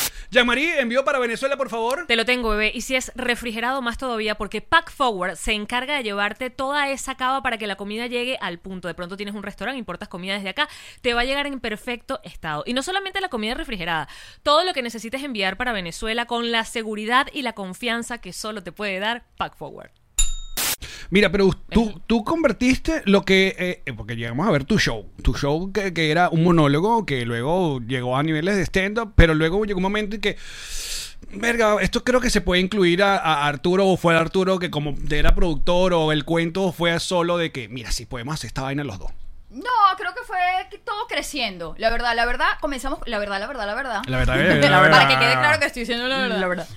D: Ya, Marí, envío para Venezuela, por favor.
C: Te lo tengo, bebé. Y si es refrigerado, más todavía, porque Pack Forward se encarga de llevarte toda esa cava para que la comida llegue al punto. De pronto tienes un restaurante, importas comida desde acá, te va a llegar en perfecto estado. Y no solamente la comida refrigerada, todo lo que necesites enviar para Venezuela con la seguridad y la confianza que solo te puede dar Pack Forward.
D: Mira, pero tú, tú convertiste lo que... eh, eh, porque llegamos a ver tu show. Tu show que, que era un monólogo que luego llegó a niveles de stand-up, pero luego llegó un momento en que... Verga, esto creo que se puede incluir a, a Arturo o fue Arturo que como era productor o el cuento fue solo de que, mira, si podemos hacer esta vaina los dos.
F: No, creo que fue que todo creciendo. La verdad, la verdad, comenzamos. La verdad, la verdad, la verdad.
D: La verdad, la verdad, la
F: Para
D: verdad.
F: que quede claro que estoy diciendo la verdad.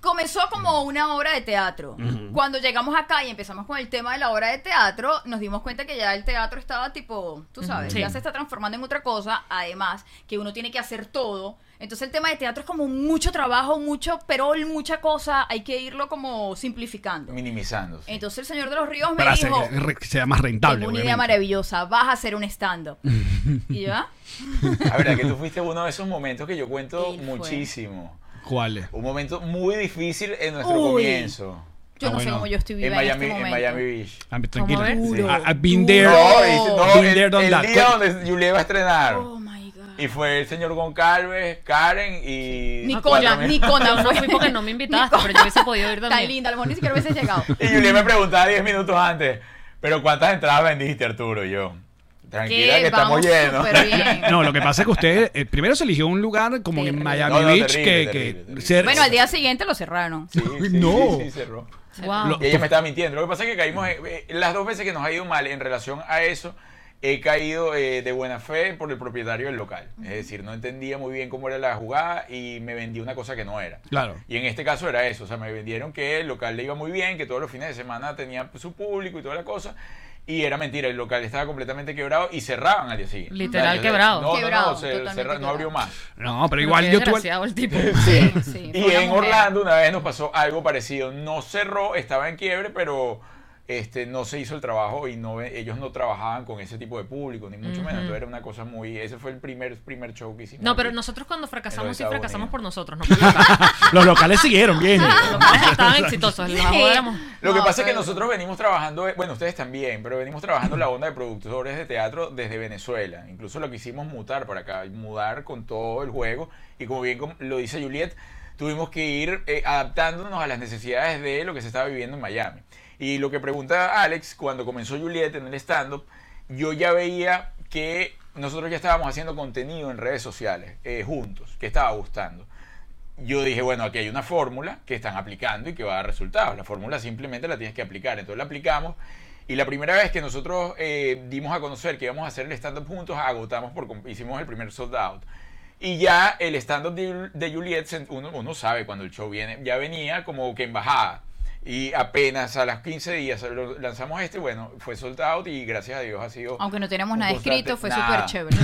F: Comenzó como una obra de teatro. Cuando llegamos acá y empezamos con el tema de la obra de teatro, nos dimos cuenta que ya el teatro estaba tipo, tú sabes,
C: Sí.
F: ya se está transformando en otra cosa, además que uno tiene que hacer todo. Entonces el tema de teatro es como mucho trabajo, mucho perol, mucha cosa, hay que irlo como simplificando.
E: Minimizando. sí.
F: Entonces el señor de los ríos me
D: Para hacer-
F: dijo,
D: que re- que sea más
F: tengo
D: rentable.
F: una idea
D: obviamente.
F: maravillosa, vas a hacer un stand-up. y yo, "Ah,
E: La verdad que tú fuiste uno de esos momentos que yo cuento
F: Sí, fue.
E: muchísimo.
D: ¿Cuál es?
E: Un momento muy difícil en nuestro
F: Uy.
E: comienzo.
F: yo
D: Ah,
F: no sé
D: bueno.
F: cómo yo estoy viva
E: En
F: en,
E: Miami,
F: este
E: en
F: momento.
E: Miami Beach.
D: Ah, tranquila.
E: Duro,
D: I- I've been there.
E: No, y- no,
D: Been
E: el,
D: there, done
E: el
D: that.
E: día donde Julia iba a estrenar.
F: Oh my God.
E: Y fue el señor Goncalves, Karen y.
F: Ni
E: cuatro
F: Conan,
E: mil-
F: ni Conan.
C: No
F: fue.
C: fui porque no me invitaste,
F: Ni
C: pero yo hubiese podido ir
F: Conan.
C: también.
F: Tan linda, a lo mejor ni siquiera hubiese llegado.
E: Y Julia me preguntaba 10 minutos antes, ¿pero cuántas entradas vendiste, Arturo? Y yo, tranquila, que estamos
F: Eh, Vamos
E: llenos.
F: súper bien.
D: No, lo que pasa es que usted eh, primero se eligió un lugar como en Miami
E: No, no,
D: Beach
E: terrible,
D: que,
E: terrible,
D: que
E: terrible.
D: ser-
F: Bueno, al día siguiente lo cerraron.
E: Sí, sí,
D: No.
E: sí, sí, cerró.
C: Wow.
D: Lo-
E: Y ella me estaba mintiendo. Lo que pasa es que caímos, en- eh, las dos veces que nos ha ido mal en relación a eso, he caído eh, de buena fe por el propietario del local. Es decir, no entendía muy bien cómo era la jugada y me vendí una cosa que no era.
D: Claro.
E: Y en este caso era eso, o sea, me vendieron que el local le iba muy bien, que todos los fines de semana tenía su público y toda la cosa. Y era mentira, el local estaba completamente quebrado y cerraban al día siguiente.
C: Literal
E: O sea, yo-
C: quebrado.
E: No, no,
F: Quebrado,
E: no, se-
F: totalmente
E: cerra- no abrió
F: quebrado.
E: más.
D: No, pero igual
C: Qué
D: yo tuve.
C: desgraciado el tipo.
F: Sí, sí. fue
E: Y
F: una
E: en
F: mujer.
E: Orlando una vez nos pasó algo parecido. No cerró, estaba en quiebre, pero este, no se hizo el trabajo y no, ellos no trabajaban con ese tipo de público, ni mucho menos. Entonces era una cosa muy... Ese fue el primer, primer show que hicimos.
C: No, pero
E: aquí.
C: nosotros cuando fracasamos, sí
E: Estados
C: fracasamos
E: Unidos.
C: por nosotros, no por los demás.
D: Los locales siguieron bien.
C: Los demás estaban exitosos, los demás éramos-
E: Lo que
F: No,
E: pasa es que
F: pero-
E: nosotros venimos trabajando, bueno, ustedes también, pero venimos trabajando la onda de productores de teatro desde Venezuela. Incluso lo quisimos mutar para acá, mudar con todo el juego. Y como bien com- lo dice Juliet, tuvimos que ir eh, adaptándonos a las necesidades de lo que se estaba viviendo en Miami. Y lo que pregunta Alex, cuando comenzó Juliet en el stand-up, yo ya veía que nosotros ya estábamos haciendo contenido en redes sociales eh, juntos, que estaba gustando yo dije, bueno, aquí hay una fórmula que están aplicando y que va a dar resultados. La fórmula simplemente la tienes que aplicar. Entonces la aplicamos y la primera vez que nosotros eh, dimos a conocer que íbamos a hacer el stand-up juntos, agotamos por com- hicimos el primer sold out. Y ya el stand-up de, Jul- de Juliet, se- uno, uno sabe cuando el show viene, ya venía como que en bajada. Y apenas a las 15 días lo- lanzamos este, bueno, fue sold out y gracias a Dios ha sido.
F: Aunque no tenemos nada
E: constante.
F: escrito, fue
E: Nada.
F: súper chévere.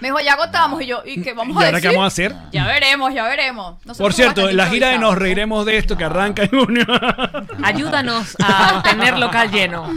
F: Me dijo, ya agotamos. Y yo, ¿y qué vamos
D: ¿Y
F: a
D: ahora qué
F: decir?
D: vamos a hacer?
F: Ya veremos, ya veremos. Nosotros
D: Por cierto,
F: bastante
D: la gira de Nos
F: improvisados.
D: Reiremos de esto que arranca en junio.
C: Ayúdanos a tener local lleno,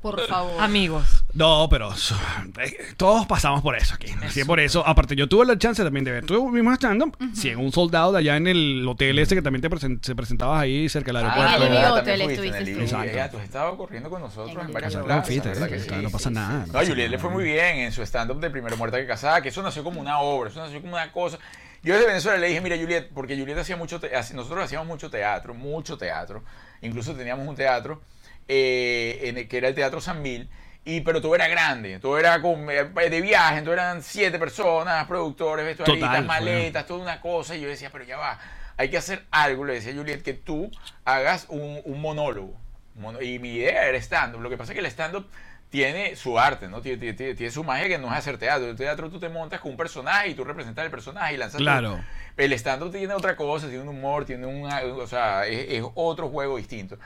F: Por favor.
C: amigos.
D: No, pero so- eh, todos pasamos por eso aquí. Sí, por eso. Aparte, yo tuve la chance también de ver tu mismo stand-up. Sí, en un soldado de allá en el hotel ese que también te presen- se presentabas ahí cerca del
E: Ah,
F: en el
D: aeropuerto.
E: ¿verdad?
F: Vivo
E: También
F: Hotel
E: fuiste en el
F: estuviste
E: Vivo.
D: tú.
E: Y ella, tú has estado corriendo con nosotros en varias
D: Vivo.
E: plazas,
D: Fíjate,
E: ¿verdad que
D: ¿eh?
E: sí?
D: No pasa nada, no
E: No,
D: pasa
E: Juliet le
D: nada.
E: fue muy bien en su stand-up de Primero Muerta que Casada, que eso nació como una obra, eso nació como una cosa. Yo desde Venezuela le dije, mira Juliet, porque Juliet hacía mucho, te- hace- nosotros hacíamos mucho teatro, mucho teatro, incluso teníamos un teatro eh, en el, que era el Teatro San Mil, y, pero todo era grande, todo era con- eh, de viaje, todo eran siete personas, productores, vestuaristas,
D: Total, fue-
E: maletas estás toda una cosa y yo decía, pero ya va, hay que hacer algo, le decía a Juliet, que tú hagas un, un monólogo. Mono- y mi idea era stand-up. Lo que pasa es que el stand-up tiene su arte, ¿no? Tiene, tiene- tiene- tiene su magia que no es hacer teatro. El teatro tú te montas con un personaje y tú representas el personaje y lanzas... tu-
D: Claro.
E: El stand-up tiene otra cosa, tiene un humor, tiene un... O sea, es- es otro juego distinto.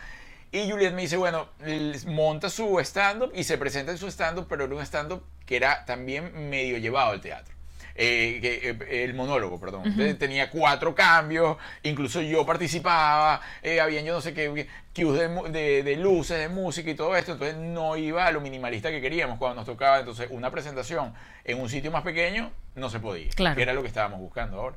E: Y Juliet me dice, bueno, l- monta su stand-up y se presenta en su stand-up, pero era un stand-up que era también medio llevado al teatro. Eh, que, eh, el monólogo, perdón. Entonces, Tenía cuatro cambios, incluso yo participaba, eh, habían yo no sé qué cues de, mu- de- de luces, de música y todo esto, entonces no iba a lo minimalista que queríamos cuando nos tocaba. Entonces una presentación en un sitio más pequeño no se podía,
C: Claro.
E: que era lo que estábamos buscando ahora.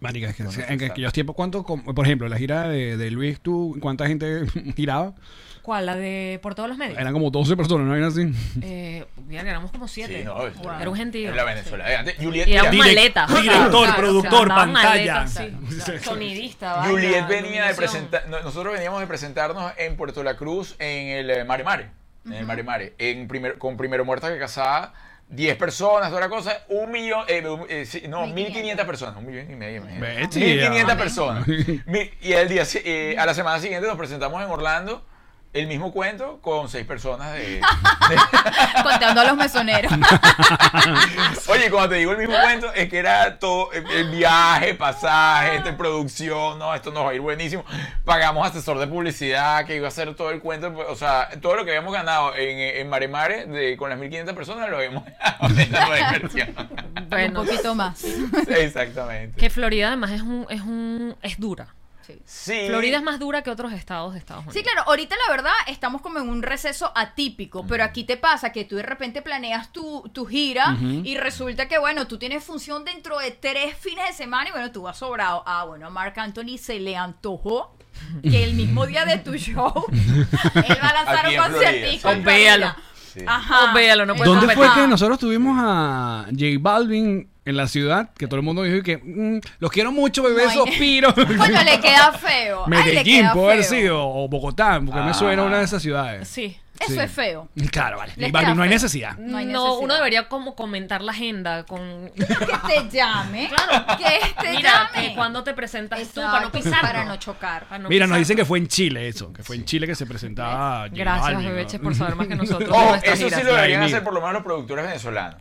D: Marica, es que
E: Bueno,
D: en
E: sí,
D: aquellos tiempos, ¿cuánto? com- Por ejemplo, la gira de, de Luis, ¿tú cuánta gente giraba?
C: ¿Cuál? ¿La de por todos los medios?
D: Eran como 12 personas, ¿no? Era así.
C: Eh, mira, éramos como siete.
E: Sí, no,
C: Era un gentío.
E: La Venezuela. de antes. Juliet,
C: Y era
E: mira,
C: un
D: Direc-
C: maleta.
D: director, productor,
C: mandaban
D: pantalla.
C: maletas, sí. Sonidista, vaina,
E: Juliet venía de
C: iluminación.
E: presentar, no- nosotros veníamos de presentarnos en Puerto La Cruz en el eh, Mare Mare, en el Mare Mare, en primer, con Primero Muerta que Casada, 10 personas, toda la cosa, un millón, eh, un- eh, sí, no, 1500 personas, un millón y medio, imagínate.
D: Bestia.
E: 1500 personas. Mi- Y el día, si- eh, a la semana siguiente nos presentamos en Orlando, el mismo cuento con seis personas de...
F: Contando a los mesoneros.
E: Oye, cuando te digo el mismo cuento, es que era todo eh, el viaje, pasaje, este, producción, no, esto nos va a ir buenísimo. Pagamos asesor de publicidad que iba a hacer todo el cuento, pues, o sea, todo lo que habíamos ganado en, eh, en Mare Mare de, con las 1500 personas lo habíamos ganado en la nueva inversión.
C: Bueno,
F: Un poquito más.
E: Exactamente.
C: que Florida además es un, es un, es dura.
E: Sí.
C: Florida es más dura que otros estados de Estados Unidos.
F: Sí, claro, ahorita la verdad estamos como en un receso atípico, pero aquí te pasa que tú de repente planeas tu, tu gira y resulta que, bueno, tú tienes función dentro de tres fines de semana y bueno, tú vas sobrado. Ah, bueno, a Mark Anthony se le antojó que el mismo día de tu show él va a lanzar
E: Aquí
F: un
E: en Florida,
F: concertico.
E: sí.
F: en
C: Véalo.
F: Florida.
E: Sí.
F: Ajá. Ah.
C: Oh, véalo,
F: Pues
C: no puede
D: ¿Dónde
C: competir.
D: fue que nosotros tuvimos a J Balvin en la ciudad? Que todo el mundo dijo que mm, los quiero mucho, bebé,
F: No hay-
D: suspiro.
F: Coño, le queda feo. Ay, le
D: Medellín,
F: queda
D: puede haber
F: feo.
D: sido, o Bogotá, porque me
E: Ah.
D: suena una de esas ciudades.
C: Sí.
F: Eso
D: Sí.
F: es feo.
D: Claro, vale.
F: Les
D: J Balvin,
F: queda
D: no hay
F: feo.
D: necesidad.
F: No hay
C: No,
F: necesidad.
C: uno debería como comentar la agenda con
F: Que te llame.
C: Claro.
F: Que te
C: Mira,
F: llame.
C: eh, cuando te presentas tú
F: Exacto,
C: para no pisar.
F: Para no chocar.
D: Mira, nos dicen que fue en Chile eso, que fue en Chile que se presentaba J
C: Gracias,
D: Balvin, ¿no? Mm.
C: bebeches, por saber más que nosotros. de
E: Ojo,
C: nuestras
E: Oh, eso sí
C: giras.
E: lo deberían
D: Vladimir.
E: hacer por lo menos los productores venezolanos.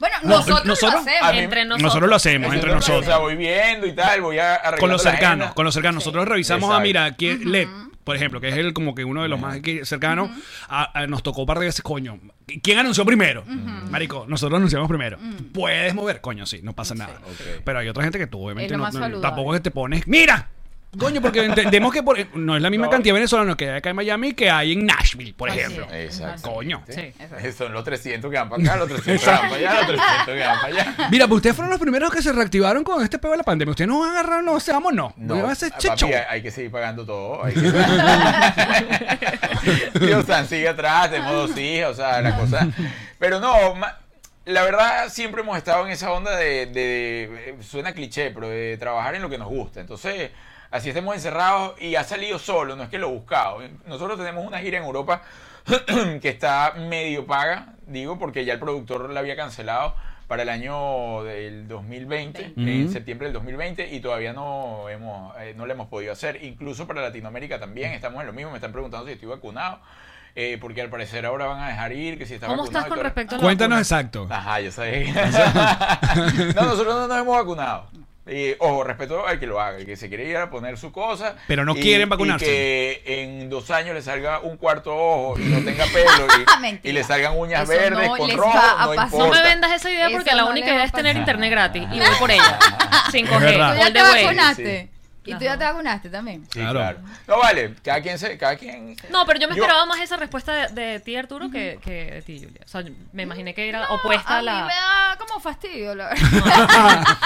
F: Bueno,
D: No,
F: nosotros,
D: nosotros-
F: lo
E: a mí-
F: hacemos.
C: Entre nosotros.
D: Nosotros lo hacemos,
E: Eso
D: entre
E: es lo que- O sea,
D: nosotros.
E: voy viendo y tal, voy a arreglar.
D: Con los cercanos, con los cercanos. Nosotros revisamos a,
E: Exacto.
D: mira, aquí LED, por ejemplo, que es el, como que uno de los más que- cercanos, a- a- nos tocó un par de veces, coño. ¿Quién anunció primero? Mm. Marico, nosotros anunciamos primero. Puedes mover, coño, sí, no pasa nada.
E: Ok.
D: Pero hay otra gente que tú, obviamente,
F: Es lo
D: no-
F: más
D: no-
F: saludable.
D: tampoco es que te pones, ¡mira! Coño, porque entendemos que por- no es la misma
E: No.
D: cantidad de venezolanos que hay acá en Miami que hay en Nashville, por
F: Así
D: ejemplo.
F: es.
E: Exacto.
D: Coño.
C: Sí.
E: Son los 300 que van para acá, los 300 que van para allá, los 300 que van para allá.
D: Mira, pues ustedes fueron los primeros que se reactivaron con este peo de la pandemia. Ustedes no agarraron, no se vamos, no.
E: No, Ah,
D: No va a ser
E: papi,
D: checho.
E: hay, hay que seguir pagando todo. Hay que... Dios San sigue atrás, tenemos dos hijas, o sea, la cosa. Pero no, ma- la verdad siempre hemos estado en esa onda de, de- de- suena cliché, pero de trabajar en lo que nos gusta. Entonces, así estemos encerrados y ha salido solo, no es que lo he buscado. Nosotros tenemos una gira en Europa que está medio paga, digo, porque ya el productor la había cancelado para el año del 2020, en
D: Ujú.
E: septiembre del 2020, y todavía no hemos eh, no la hemos podido hacer. Incluso para Latinoamérica también estamos en lo mismo. Me están preguntando si estoy vacunado, eh, porque al parecer ahora van a dejar ir, que si está
C: ¿Cómo
E: vacunado
C: estás
E: y
C: con
E: todo.
C: respecto a la
E: Ah.
D: Cuéntanos
C: vacuna?
D: exacto.
E: Ajá, yo sabía. no, nosotros no nos hemos vacunado. Y, ojo, respeto al que lo haga, el que se quiere ir a poner su cosa.
D: Pero no
E: y-
D: quieren
E: y
D: vacunarse.
E: que en dos años le salga un cuarto ojo y no tenga pelo y,
F: Mentira.
E: y le salgan uñas
F: Eso
E: verdes
F: no
E: con
F: les
E: rojo.
F: va a
E: No,
F: pasar.
E: importa.
C: No me vendas esa idea
F: Eso
C: porque la
F: no
C: única
F: le va
C: idea
F: a
C: es tener
F: pasar.
C: internet gratis y voy por ella.
D: Es
C: 5G,
D: verdad.
F: Tú ya
C: all
F: te
C: the way.
F: vacunaste. Y tú ya
C: Ajá.
F: te vacunaste también.
E: Sí,
D: Claro. Eh.
E: claro. No vale, cada quien se, cada quien.
C: No, pero yo me
E: Yo-
C: esperaba más esa respuesta de, de ti, Arturo, que, que de ti, Julia. O sea, yo me imaginé que era opuesta
F: A
C: a
F: mí
C: la...
F: me da como fastidio, la verdad.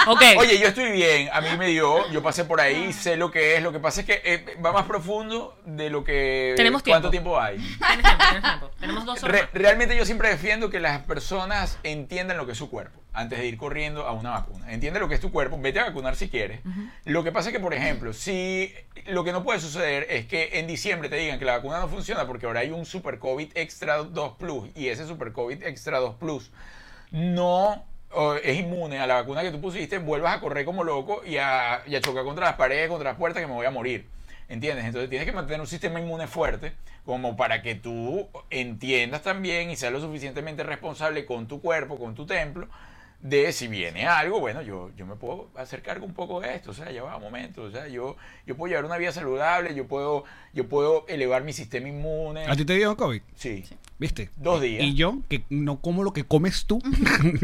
C: Ok.
E: Oye, yo estoy bien, a mí me dio, yo pasé por ahí, sé lo que es, lo que pasa es que eh, va más profundo de lo que...
C: Tenemos
E: ¿Cuánto
C: tiempo.
E: tiempo hay?
C: Tienes tiempo, tienes tiempo. Tenemos dos horas.
E: Re- realmente yo siempre defiendo que las personas entiendan lo que es su cuerpo antes de ir corriendo a una vacuna. Entiende lo que es tu cuerpo, vete a vacunar si quieres. Lo que pasa es que, por ejemplo, si lo que no puede suceder es que en diciembre te digan que la vacuna no funciona porque ahora hay un Super COVID Extra 2 Plus y ese Super COVID Extra 2 Plus no o es inmune a la vacuna que tú pusiste, vuelvas a correr como loco y a, y a chocar contra las paredes, contra las puertas, que me voy a morir. ¿Entiendes? Entonces tienes que mantener un sistema inmune fuerte como para que tú entiendas también y seas lo suficientemente responsable con tu cuerpo, con tu templo, de si viene algo, bueno, yo, yo me puedo hacer cargo un poco de esto, o sea, ya va un momento, o sea, yo, yo puedo llevar una vida saludable, yo puedo, yo puedo elevar mi sistema inmune.
D: ¿A ti te dio COVID?
E: Sí.
D: ¿Viste?
E: Dos días.
D: Y yo, que no como lo que comes tú.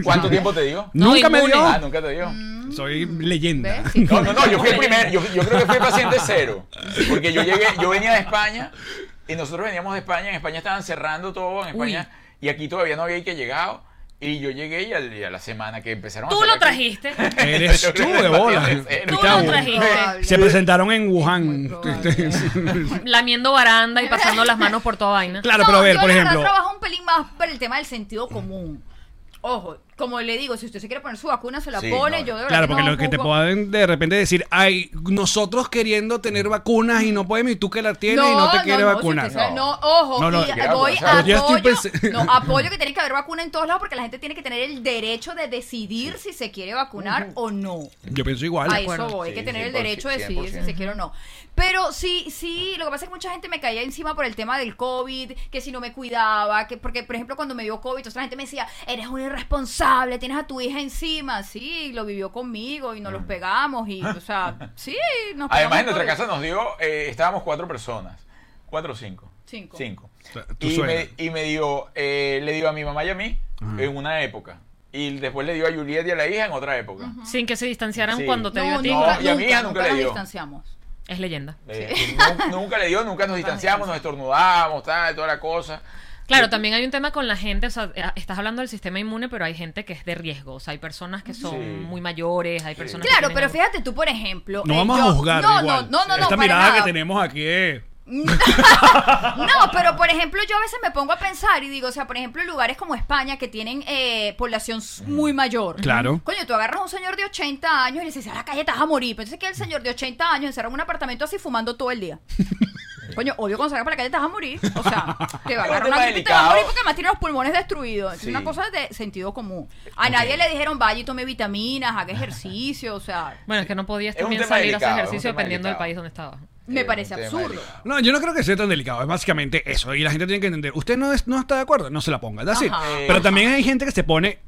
E: ¿Cuánto tiempo te dio?
C: No,
D: Nunca me
C: inmune.
D: dio.
E: Ah, nunca te dio.
D: Soy leyenda.
F: ¿Ves? Sí,
E: No, no, no, yo fui el primer, yo, yo creo que fui el paciente cero, porque yo llegué, yo venía de España y nosotros veníamos de España, en España estaban cerrando todo, en España, y aquí todavía no había que llegado, y yo llegué y, al- y a la semana que empezaron a
C: Tú
E: hacer
C: lo
E: aquí-
C: trajiste.
D: Eres tú de bola.
E: Tú
C: Tú lo
D: Eh,
C: trajiste.
F: probable.
D: Se presentaron en Wuhan.
F: Muy probable.
C: Lamiendo baranda y pasando las manos por toda vaina.
D: claro, pero a
F: No,
D: ver,
F: yo
D: por
F: la
D: ejemplo.
F: Verdad, trabajo un pelín más por el tema del sentido común. Ojo, como le digo, si usted se quiere poner su vacuna, se la
E: Sí,
F: pone.
E: no.
F: Yo de verdad.
D: Claro, porque
F: no
D: lo que te
F: juzgo.
D: pueden de repente decir, ay, nosotros queriendo tener vacunas y no podemos, y tú que la tienes y no te quieres
F: no, si
D: vacunar.
F: usted sabe-
E: No.
F: No, ojo,
D: No, no,
F: y
D: que
E: era
F: voy
E: cosa.
F: apoyo,
D: Yo estoy pens-
F: no, apoyo que tiene que haber vacuna en todos lados porque la gente tiene que tener el derecho de decidir si se quiere vacunar o no.
D: Yo pienso igual.
F: A eso voy, hay
E: Sí,
F: que tener el
E: 100%,
F: derecho de decidir si
E: 100%.
F: se quiere o no. Pero sí, sí, lo que pasa es que mucha gente me caía encima por el tema del COVID, que si no me cuidaba, que porque, por ejemplo, cuando me dio COVID, entonces la gente me decía, eres un irresponsable, tienes a tu hija encima. Sí, lo vivió conmigo y nos los pegamos y, o sea, sí,
E: Mm.
F: nos pegamos
E: Además, en nuestra
F: COVID.
E: casa nos dio, eh, estábamos cuatro personas, cuatro o cinco.
F: Cinco.
E: Cinco.
D: Tu
E: Y
D: suegra.
E: me, y me dio, eh, le dio a mi mamá y a mí en una época. Y después le dio a Juliet y a la hija en otra época.
C: Sin que se distanciaran
E: Sí.
C: cuando te dio
F: No,
C: a ti.
E: No,
F: nunca,
E: y a mi hija nunca
F: nunca, nunca
E: le
F: nos
E: dio.
F: distanciamos.
C: Es leyenda.
E: Eh, nun- nunca le dio, nunca nos distanciamos, nos estornudamos, tal, toda la cosa.
C: Claro, también hay un tema con la gente, o sea, eh, estás hablando del sistema inmune, pero hay gente que es de riesgo, o sea, hay personas que son
E: Sí.
C: muy mayores, hay personas que
F: Claro,
C: tienen
F: pero
C: algo-
F: fíjate tú, por ejemplo.
D: No
F: eh,
D: vamos
F: yo-
D: a juzgar.
F: No,
D: igual.
F: no, no, no, no.
D: Esta
F: para
D: mirada
F: nada.
D: que tenemos aquí es.
F: No, pero por ejemplo, yo a veces me pongo a pensar y digo, o sea, por ejemplo, lugares como España que tienen eh, población s- muy mayor.
D: Claro.
F: Coño, tú agarras a un señor de 80 años y le dices, a la calle te vas a morir. Pero entonces que el señor de 80 años encerrado en un apartamento así fumando todo el día. Coño, obvio cuando salga para la calle te vas a morir. O sea, te va a
E: Es un
F: agarrar
E: tema
F: una gripe y te vas a
E: delicado.
F: morir porque además tiene los pulmones destruidos. Es
E: Sí.
F: una cosa de sentido común. A nadie le dijeron, vaya y tome vitaminas, haga ejercicio, o sea,
C: Bueno, es que no podías
E: Es un
C: también
E: tema
C: salir a
E: delicado,
C: hacer
E: es un
C: ejercicio
E: tema
C: dependiendo del
E: delicado.
C: país donde estabas.
F: me
E: Eh,
F: parece
E: un tema
F: absurdo.
E: delicado.
D: No, yo no creo que sea tan delicado. Es básicamente eso. Y la gente tiene que entender. Usted no, es- no está de acuerdo, no se la ponga. Es decir,
F: Ajá.
D: pero también hay gente que se pone.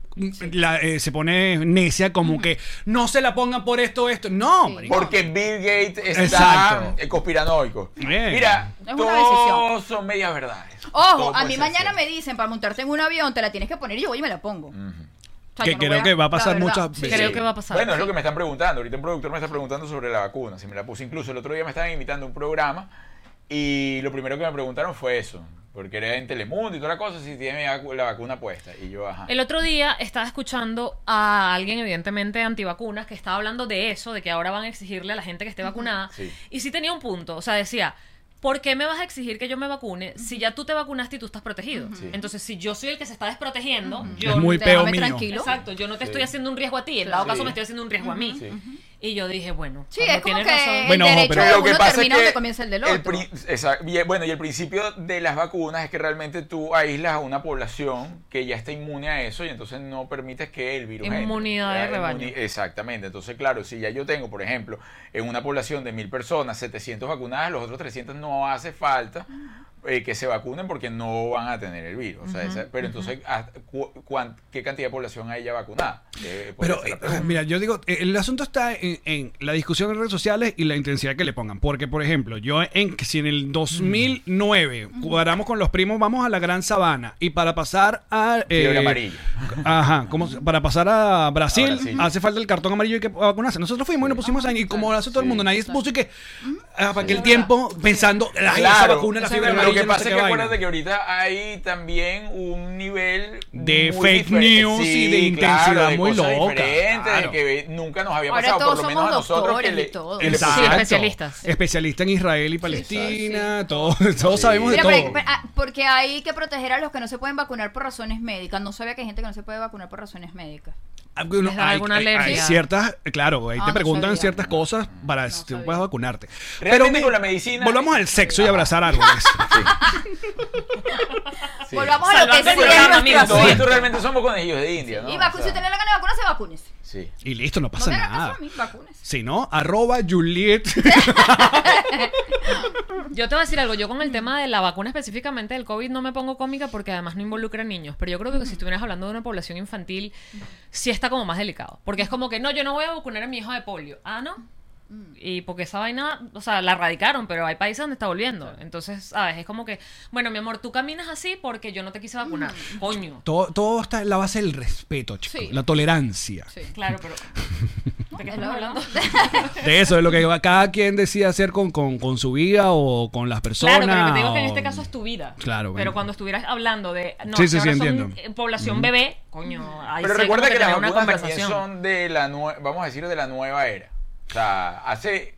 D: la, eh, se pone necia como que no se la pongan por esto esto no marico.
E: Porque Bill Gates está
D: Exacto.
E: eh, conspiranoico.
D: Bien.
E: Mira,
F: Es una
E: todos son medias verdades.
F: Ojo,
E: Todo
F: a
E: puede
F: mí
E: ser
F: mañana
E: cierto.
F: me dicen para montarte en un avión, te la tienes que poner y yo voy y me la pongo. O sea,
D: Que
F: yo no
D: creo
F: voy
D: que va a
F: la
D: pasar
F: verdad.
D: muchas
F: Sí.
D: veces.
C: Creo que va a pasar.
E: Bueno, es lo que me están preguntando. Ahorita un productor me está preguntando sobre la vacuna, si me la puse. Incluso el otro día me estaban invitando a un programa y lo primero que me preguntaron fue eso. Porque era en Telemundo y toda la cosa, si tiene vacu- la vacuna puesta. Y yo, ajá.
C: El otro día estaba escuchando a alguien, evidentemente antivacunas, que estaba hablando de eso, de que ahora van a exigirle a la gente que esté vacunada.
E: Sí.
C: Y sí tenía un punto. O sea, decía, ¿por qué me vas a exigir que yo me vacune si ya tú te vacunaste y tú estás protegido?
E: Sí.
C: Entonces, si yo soy el que se está desprotegiendo, yo
D: es muy
F: Déjame
D: peo mío
F: tranquilo.
C: Exacto, yo no te
E: Sí.
C: estoy haciendo un riesgo a ti, en dado
E: Sí.
C: caso me estoy haciendo un riesgo a mí.
E: Sí.
C: Y yo dije, bueno,
F: Sí,
C: cuando
F: es como
C: tienes
F: que
C: razón-
F: el
D: Bueno, ojo,
F: derecho
D: pero-
F: de
E: Pero lo
F: uno
E: que pasa
F: termina
E: es que
F: donde comienza el del otro.
E: el pri- esa- bien, bueno, y el principio de las vacunas es que realmente tú aíslas a una población que ya está inmune a eso y entonces no permites que el virus entre.
C: Inmunidad de
E: Ya,
C: rebaño.
E: exactamente. Entonces, claro, si ya yo tengo, por ejemplo, en una población de mil personas, 700 vacunadas, los otros 300 no hace falta eh, que se vacunen porque no van a tener el virus. O sea, esa- pero entonces, hasta cu- cuán- ¿qué cantidad de población hay ya vacunada? Eh, podría
D: Pero,
E: ser la
D: eh,
E: pregunta.
D: mira, yo digo, eh, el asunto está en, en la discusión en redes sociales y la intensidad que le pongan. Porque, por ejemplo, yo en si en el 2009 cuadramos con los primos, vamos a la Gran Sabana y para pasar a... eh,
E: Fiebre amarilla.
D: Ajá, como se- para pasar a Brasil,
E: A Brasil.
D: hace falta el cartón amarillo y que vacunarse. Nosotros fuimos y nos pusimos ahí y como lo hace todo el
E: Sí.
D: mundo, nadie se puso y que... ah, para que el tiempo pensando, ay, esa vacuna, la
E: eso
D: fiebre
E: es verdad.
D: amarilla, no
E: Lo que
D: sé
E: pasa
D: qué
E: es que
D: vaina.
E: acuérdate que ahorita hay también un nivel
D: De
E: muy
D: fake
E: diferente.
D: news y
E: Sí,
D: de
E: claro,
D: intensidad muy
E: cosas
D: loca,
E: diferentes,
D: claro.
E: que ve- nunca nos había
F: Ahora
E: pasado,
F: todos
E: por lo
F: somos
E: menos a nosotros que
F: doctores
E: le,
F: y todo.
E: que le
C: Exacto.
E: pusieron-
C: especialistas.
D: Especialistas en Israel y Palestina, todos, todos sabemos de
F: Mira,
D: todo.
F: pero- pero- ah, porque hay que proteger a los que no se pueden vacunar por razones médicas. No sabía que hay gente que no se puede vacunar por razones médicas.
D: Alguno-
C: Les da alguna
D: hay, hay
C: alergia.
D: ciertas, claro, ahí
F: Ah,
D: te
F: no
D: preguntan
F: sabía.
D: ciertas cosas para si tú
F: sabía.
D: puedas vacunarte.
E: Realmente
D: mi-
E: con la medicina-
D: Volvamos al sexo y abrazar árboles.
E: Sí.
F: Volvamos a lo que
C: Salvando
F: sí es
C: el programa,
F: nuestra-
C: amigos.
E: Todo
C: Sí.
E: esto realmente somos conejillos de India, ¿no?
F: Y
E: O
F: vacúnese,
E: sea,
F: si usted le da la gana de vacunarse, vacúnese.
E: Sí.
D: y listo, no
F: No
D: pasa
F: me hagas caso
D: nada.
F: a mí, vacúnese.
D: Si no, arroba Juliet.
C: Yo te voy a decir algo, yo con el tema de la vacuna específicamente del COVID no me pongo cómica porque además no involucra niños, pero yo creo que si estuvieras hablando de una población infantil, sí está como más delicado, porque es como que no, yo no voy a vacunar a mi hijo de polio, ah, no.
F: Mm.
C: Y porque esa vaina, o sea, la erradicaron, pero hay países donde está volviendo. Entonces, sabes, es como que, bueno, mi amor, tú caminas así porque yo no te quise vacunar.
F: Mm.
C: Coño.
D: todo, todo está en la base del respeto, chico.
F: Sí.
D: La tolerancia.
C: Claro, pero. ¿De qué
F: Es
C: estamos
F: la
C: hablando?
D: De eso, de lo que cada quien decide hacer con, con, con su vida o con las personas.
C: Claro, pero lo que te digo es que en
D: o-
C: este caso es tu vida.
D: Claro,
C: Pero
D: bueno.
C: cuando estuvieras hablando de. No,
D: Sí,
C: que
D: sí,
C: ahora
D: sí,
C: son,
D: entiendo.
C: eh, población bebé, coño. ahí
E: Pero
C: sí hay como
E: recuerda que las
C: tener una
E: vacunas también
C: conversación.
E: son de la nue- vamos a decir, de la nueva era. O sea, hace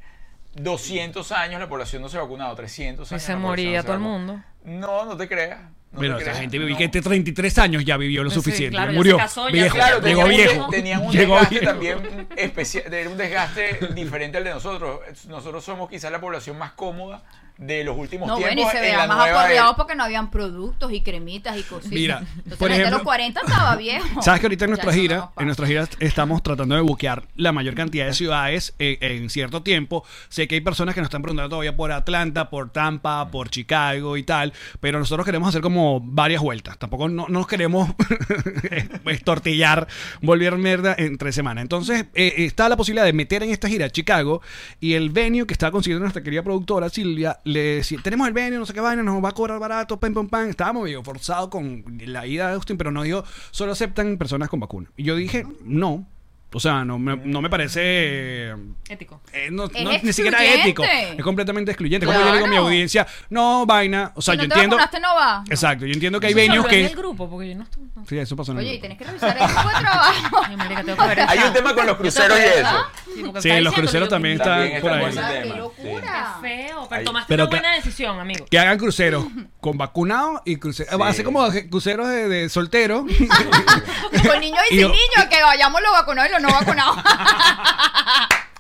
E: 200 años la población no se vacunaba, 300
C: Y
E: años.
C: se
E: la población no
C: moría
E: se
C: todo el
E: vacunaba.
C: mundo.
E: No, no te creas. No
D: Bueno,
E: te
D: esa
E: creas,
D: gente vivió
E: no.
D: que este 33 años ya vivió lo
C: Sí,
D: suficiente.
C: claro, ya
D: murió.
C: se casó, ya
D: viejo,
C: Claro, tenían
D: llegó
C: un-
D: viejo.
E: tenían un
D: llegó
E: desgaste
D: viejo.
E: también especial, de- un desgaste diferente al de nosotros. Nosotros somos quizás la población más cómoda de los últimos
F: No,
E: tiempos.
F: bueno, y se
E: en
F: veía
E: la
F: más
E: nueva era.
F: aporreados porque no habían productos y cremitas y cositas.
D: Mira,
F: Entonces,
D: por
F: la gente a
D: ejemplo-
F: los 40 estaba viejo.
D: Sabes que ahorita en
F: Ya
D: nuestra
F: eso no
D: gira,
F: nos pasa.
D: en nuestras giras estamos tratando de buquear la mayor cantidad de ciudades eh, en cierto tiempo. Sé que hay personas que nos están preguntando todavía por Atlanta, por Tampa, por Chicago y tal, pero nosotros queremos hacer como varias vueltas. Tampoco no, no nos queremos estortillar, volver mierda entre semana. Entonces eh, está la posibilidad de meter en esta gira Chicago y el venue que está consiguiendo nuestra querida productora Silvia le decía, tenemos el venue, no sé qué vaina, nos va a cobrar barato, pam, pam, pam. Estábamos medio forzados con la ida de Austin, pero nos dijo, solo aceptan personas con vacuna. Y yo dije, no. O sea, no me, no me parece... eh,
C: Ético.
D: eh, no,
F: Es
D: no- ni siquiera ético.
F: excluyente.
D: Es completamente excluyente. Como yo le digo a mi
F: Claro.
D: audiencia, no, vaina. O sea,
F: si no
D: yo
F: te
D: entiendo...
F: vacunaste, no va.
D: Exacto, yo entiendo que hay
C: Eso
D: venues
C: lo en
D: que...
C: el grupo, porque yo no estoy. no.
D: Sí, eso pasó en el
F: Oye, y
D: grupo.
F: tenés que revisar el grupo de trabajo.
C: Ay, marica, tengo que ver
E: Hay
C: esa-
E: un tema con los cruceros y eso.
C: Sí, porque
D: Sí,
C: está diciendo
D: los cruceros
C: que yo-
D: también
C: Qué
D: están
E: También
D: por ahí.
E: ese
F: Ah, ¡Qué
E: tema,
F: locura!
C: feo. Pero
E: Ahí.
C: tomaste
D: Pero
C: una
D: que-
C: buena decisión, amigo.
D: Que hagan cruceros con vacunados y cruceros.
E: Sí.
D: Hace como cruceros de, de solteros.
F: Con niños y
D: Y
F: sin
D: yo-
F: niños, que vayamos los vacunados y los no vacunados.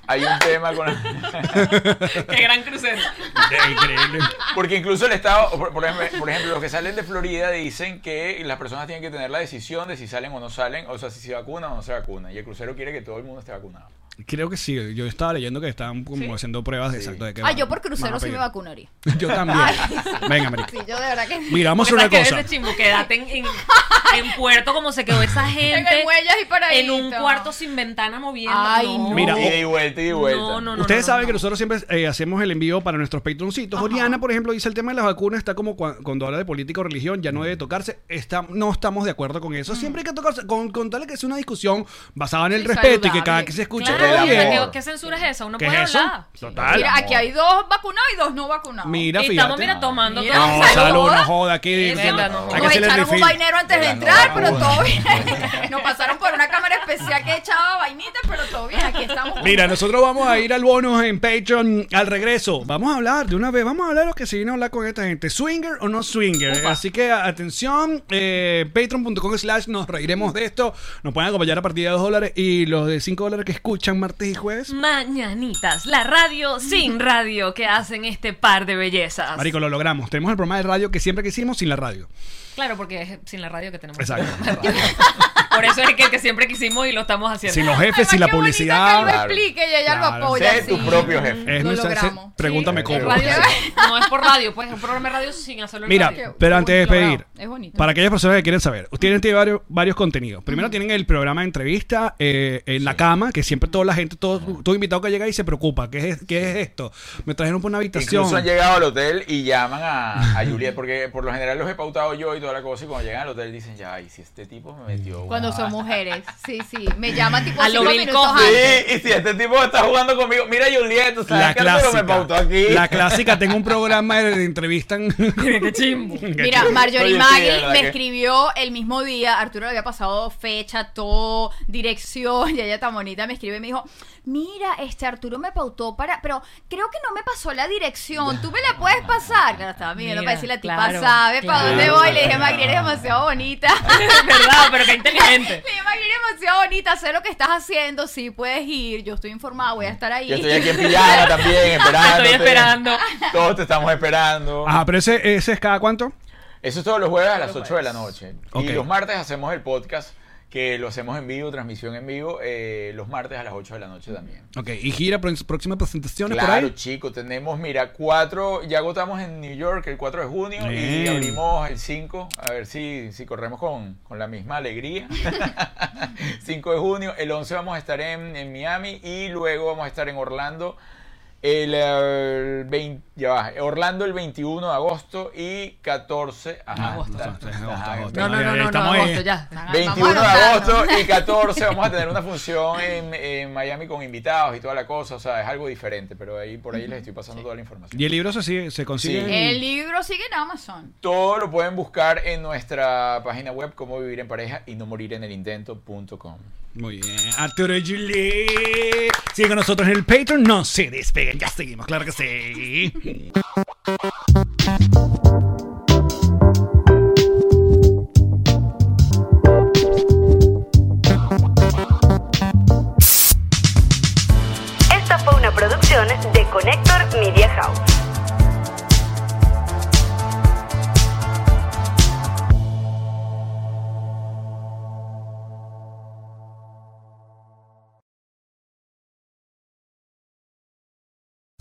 E: Hay un tema con...
C: Qué gran crucero.
D: Increíble.
E: Porque incluso el Estado, por, por ejemplo, por ejemplo, los que salen de Florida dicen que las personas tienen que tener la decisión de si salen o no salen, o sea, si se vacunan o no se vacunan. Y el crucero quiere que todo el mundo esté vacunado.
D: Creo que sí. Yo estaba leyendo que estaban como haciendo pruebas de exacto de que
F: Ah,
D: van-
F: yo por
D: van
F: crucero
D: a
F: sí me
D: pedir.
F: vacunaría.
D: Yo también. Venga, marica.
F: Sí, yo de verdad que...
D: Mira, vamos a
C: Porque
D: hacer una
C: sabes que
D: cosa.
C: ese chimbo, quédate en, en, en puerto como se quedó esa
F: En
C: gente.
F: el muelle y para
C: en un cuarto sin ventana moviendo.
F: Ay, no.
D: Mira,
E: Ida y vuelta, ida y vuelta.
C: No, no, no.
D: Ustedes
C: no,
D: saben
C: no.
D: que nosotros siempre eh, hacemos el envío para nuestros patroncitos. Oriana, por ejemplo, dice el tema de las vacunas está como cua- cuando habla de política o religión, ya no debe tocarse. Está, no estamos de acuerdo con eso. Siempre hay que tocarse, con, con tal de que sea una discusión basada en el
F: Sí,
D: respeto y que
F: saludable.
D: cada que se escuche.
C: Claro,
E: Del
D: todo bien.
C: porque
E: amor.
C: ¿qué censura es esa? Uno
D: ¿Qué
C: puede
D: es eso?
C: hablar.
D: Total.
F: Mira, aquí hay dos vacunados y dos no vacunados.
D: Mira,
C: y
D: fíjate.
C: estamos, mira, tomando
F: Mira,
C: todo.
D: No,
F: Salud.
D: salud, no joda aquí. diciendo,
C: Venga, no
D: hay que
F: Nos
D: hacer el
F: echaron un
D: refill.
F: vainero antes de
E: De la
F: entrar, pero
E: novena.
F: todo bien. Nos pasaron por una cámara especial que echaba vainitas, pero todo bien. Aquí estamos.
D: Mira, nosotros vamos a ir al bonus en Patreon al regreso. Vamos a hablar de una vez, vamos a hablar de lo que se viene a hablar con esta gente. ¿Swinger o no swinger? Así que a- atención, eh, patreon.com slash nos reiremos de esto. Nos pueden acompañar a partir de 2 dólares y los de 5 dólares que escuchan martes y jueves.
C: Mañanitas, la radio sin radio que hacen este par de bellezas.
D: Marico, lo logramos. Tenemos el programa de radio que siempre quisimos sin la radio.
C: Claro, porque es sin la radio que tenemos.
D: Exacto.
C: Por eso es que, que siempre quisimos y lo estamos haciendo.
D: Si los jefes, si la
F: Que él lo
D: publicidad.
F: explique y ella
D: Claro.
F: lo apoya.
E: Sé
F: sí.
E: tu propio jefe.
D: Es
F: Lo
D: nuestra-
F: logramos.
D: Pregúntame
E: Sí.
D: cómo.
C: Radio, no es por radio, pues es un programa de radio sin hacerlo en radio.
D: Mira, pero antes de
F: Logrado.
D: despedir,
F: Es bonito.
D: para aquellas personas que quieren saber, ustedes tienen varios, varios contenidos. Primero tienen el programa de entrevista eh, en la cama, que siempre toda la gente, todo, todo invitado que llega y se preocupa. ¿Qué es, qué es esto? Me trajeron por una habitación.
E: Incluso han llegado al hotel y llaman a, a Juliet, porque por lo general los he pautado yo y toda la cosa, y cuando llegan al hotel dicen, ya, y si este tipo me metió una
F: Cuando son
E: vaina".
F: mujeres. Sí, sí. Me llaman tipo
C: A lo
F: cinco
C: Bill
F: minutos
C: Cosby.
F: antes.
E: Sí, y si este tipo está jugando conmigo, mira Juliet, tú sabes
D: La
E: que Arturo me pautó
D: clásica.
E: aquí.
D: La clásica, tengo un programa de, de entrevista en-
C: Qué chimbo.
F: Mira, Marjorie
E: Oye, sí, de
F: Maggie
E: verdad
F: me
E: que-
F: escribió el mismo día. Arturo le había pasado fecha, todo, dirección. Y ella tan bonita me escribe y me dijo: Mira, este Arturo me pautó para. Pero creo que no me pasó la dirección. ¿Tú me la puedes pasar? Claro, estaba
C: Mira,
F: mirando para decir la tipa
C: claro,
F: sabe para
C: claro.
F: dónde voy. Le dije: Magri, eres demasiado bonita.
C: Es verdad, pero qué
F: Le
C: inteligente.
F: dije: Magri, eres demasiado bonita. Sé lo que estás haciendo. Sí, puedes ir. Yo estoy informada. Voy a estar ahí.
E: Mm. Yo estoy aquí en pijama también,
D: Ah,
E: esperando.
C: Estoy esperando.
E: Todos te estamos esperando.
D: Ajá, pero ese, ese es cada cuánto?
E: Eso es todos los jueves a las 8 de la noche.
D: Ok.
E: Y los martes hacemos el podcast, que lo hacemos en vivo, transmisión en vivo, eh, los martes a las 8 de la noche también.
D: Ok, y gira pro- próximas presentaciones por
E: Claro,
D: ahí.
E: chicos, tenemos, mira, cuatro, ya agotamos en New York el 4 de junio y
D: Bien.
E: abrimos el 5, a ver si, si corremos con, con la misma alegría. 5 de junio, el 11 vamos a estar en, en Miami y luego vamos a estar en Orlando el, eh, el 20, ya va, Orlando el 21 de agosto y 14 ajá,
D: Agosto,
E: está-
D: agosto,
E: ajá,
D: agosto.
E: agosto.
C: No, no, no, no, no,
D: Estamos ahí.
C: agosto, ya.
F: Vamos a
E: 21 de
F: anotar.
E: agosto y 14 vamos a tener una función en, en Miami con invitados y toda la cosa, o sea, es algo diferente, pero ahí por ahí les estoy pasando toda la información.
D: Y el libro se, sigue- se consigue.
E: Sí.
D: en-
F: El libro sigue en Amazon.
E: Todo lo pueden buscar en nuestra página web como vivir en pareja y no morir en el intento.com.
D: Muy bien. Arturo y Juliet. Sigue con nosotros en el Patreon. No se despeguen. Ya seguimos, claro que sí.
A: Esta fue una producción de Connector Media House.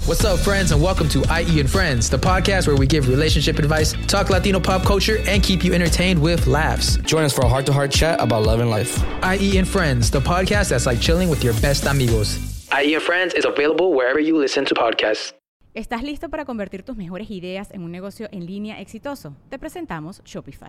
G: What's up, friends, and welcome to IE and Friends, the podcast where we give relationship advice, talk Latino pop culture, and keep you entertained with laughs.
H: Join us for a heart to heart chat about love and life.
G: IE and Friends, the podcast that's like chilling with your best amigos.
H: IE and Friends is available wherever you listen to podcasts.
I: ¿Estás listo para convertir tus mejores ideas en un negocio en línea exitoso? Te presentamos Shopify.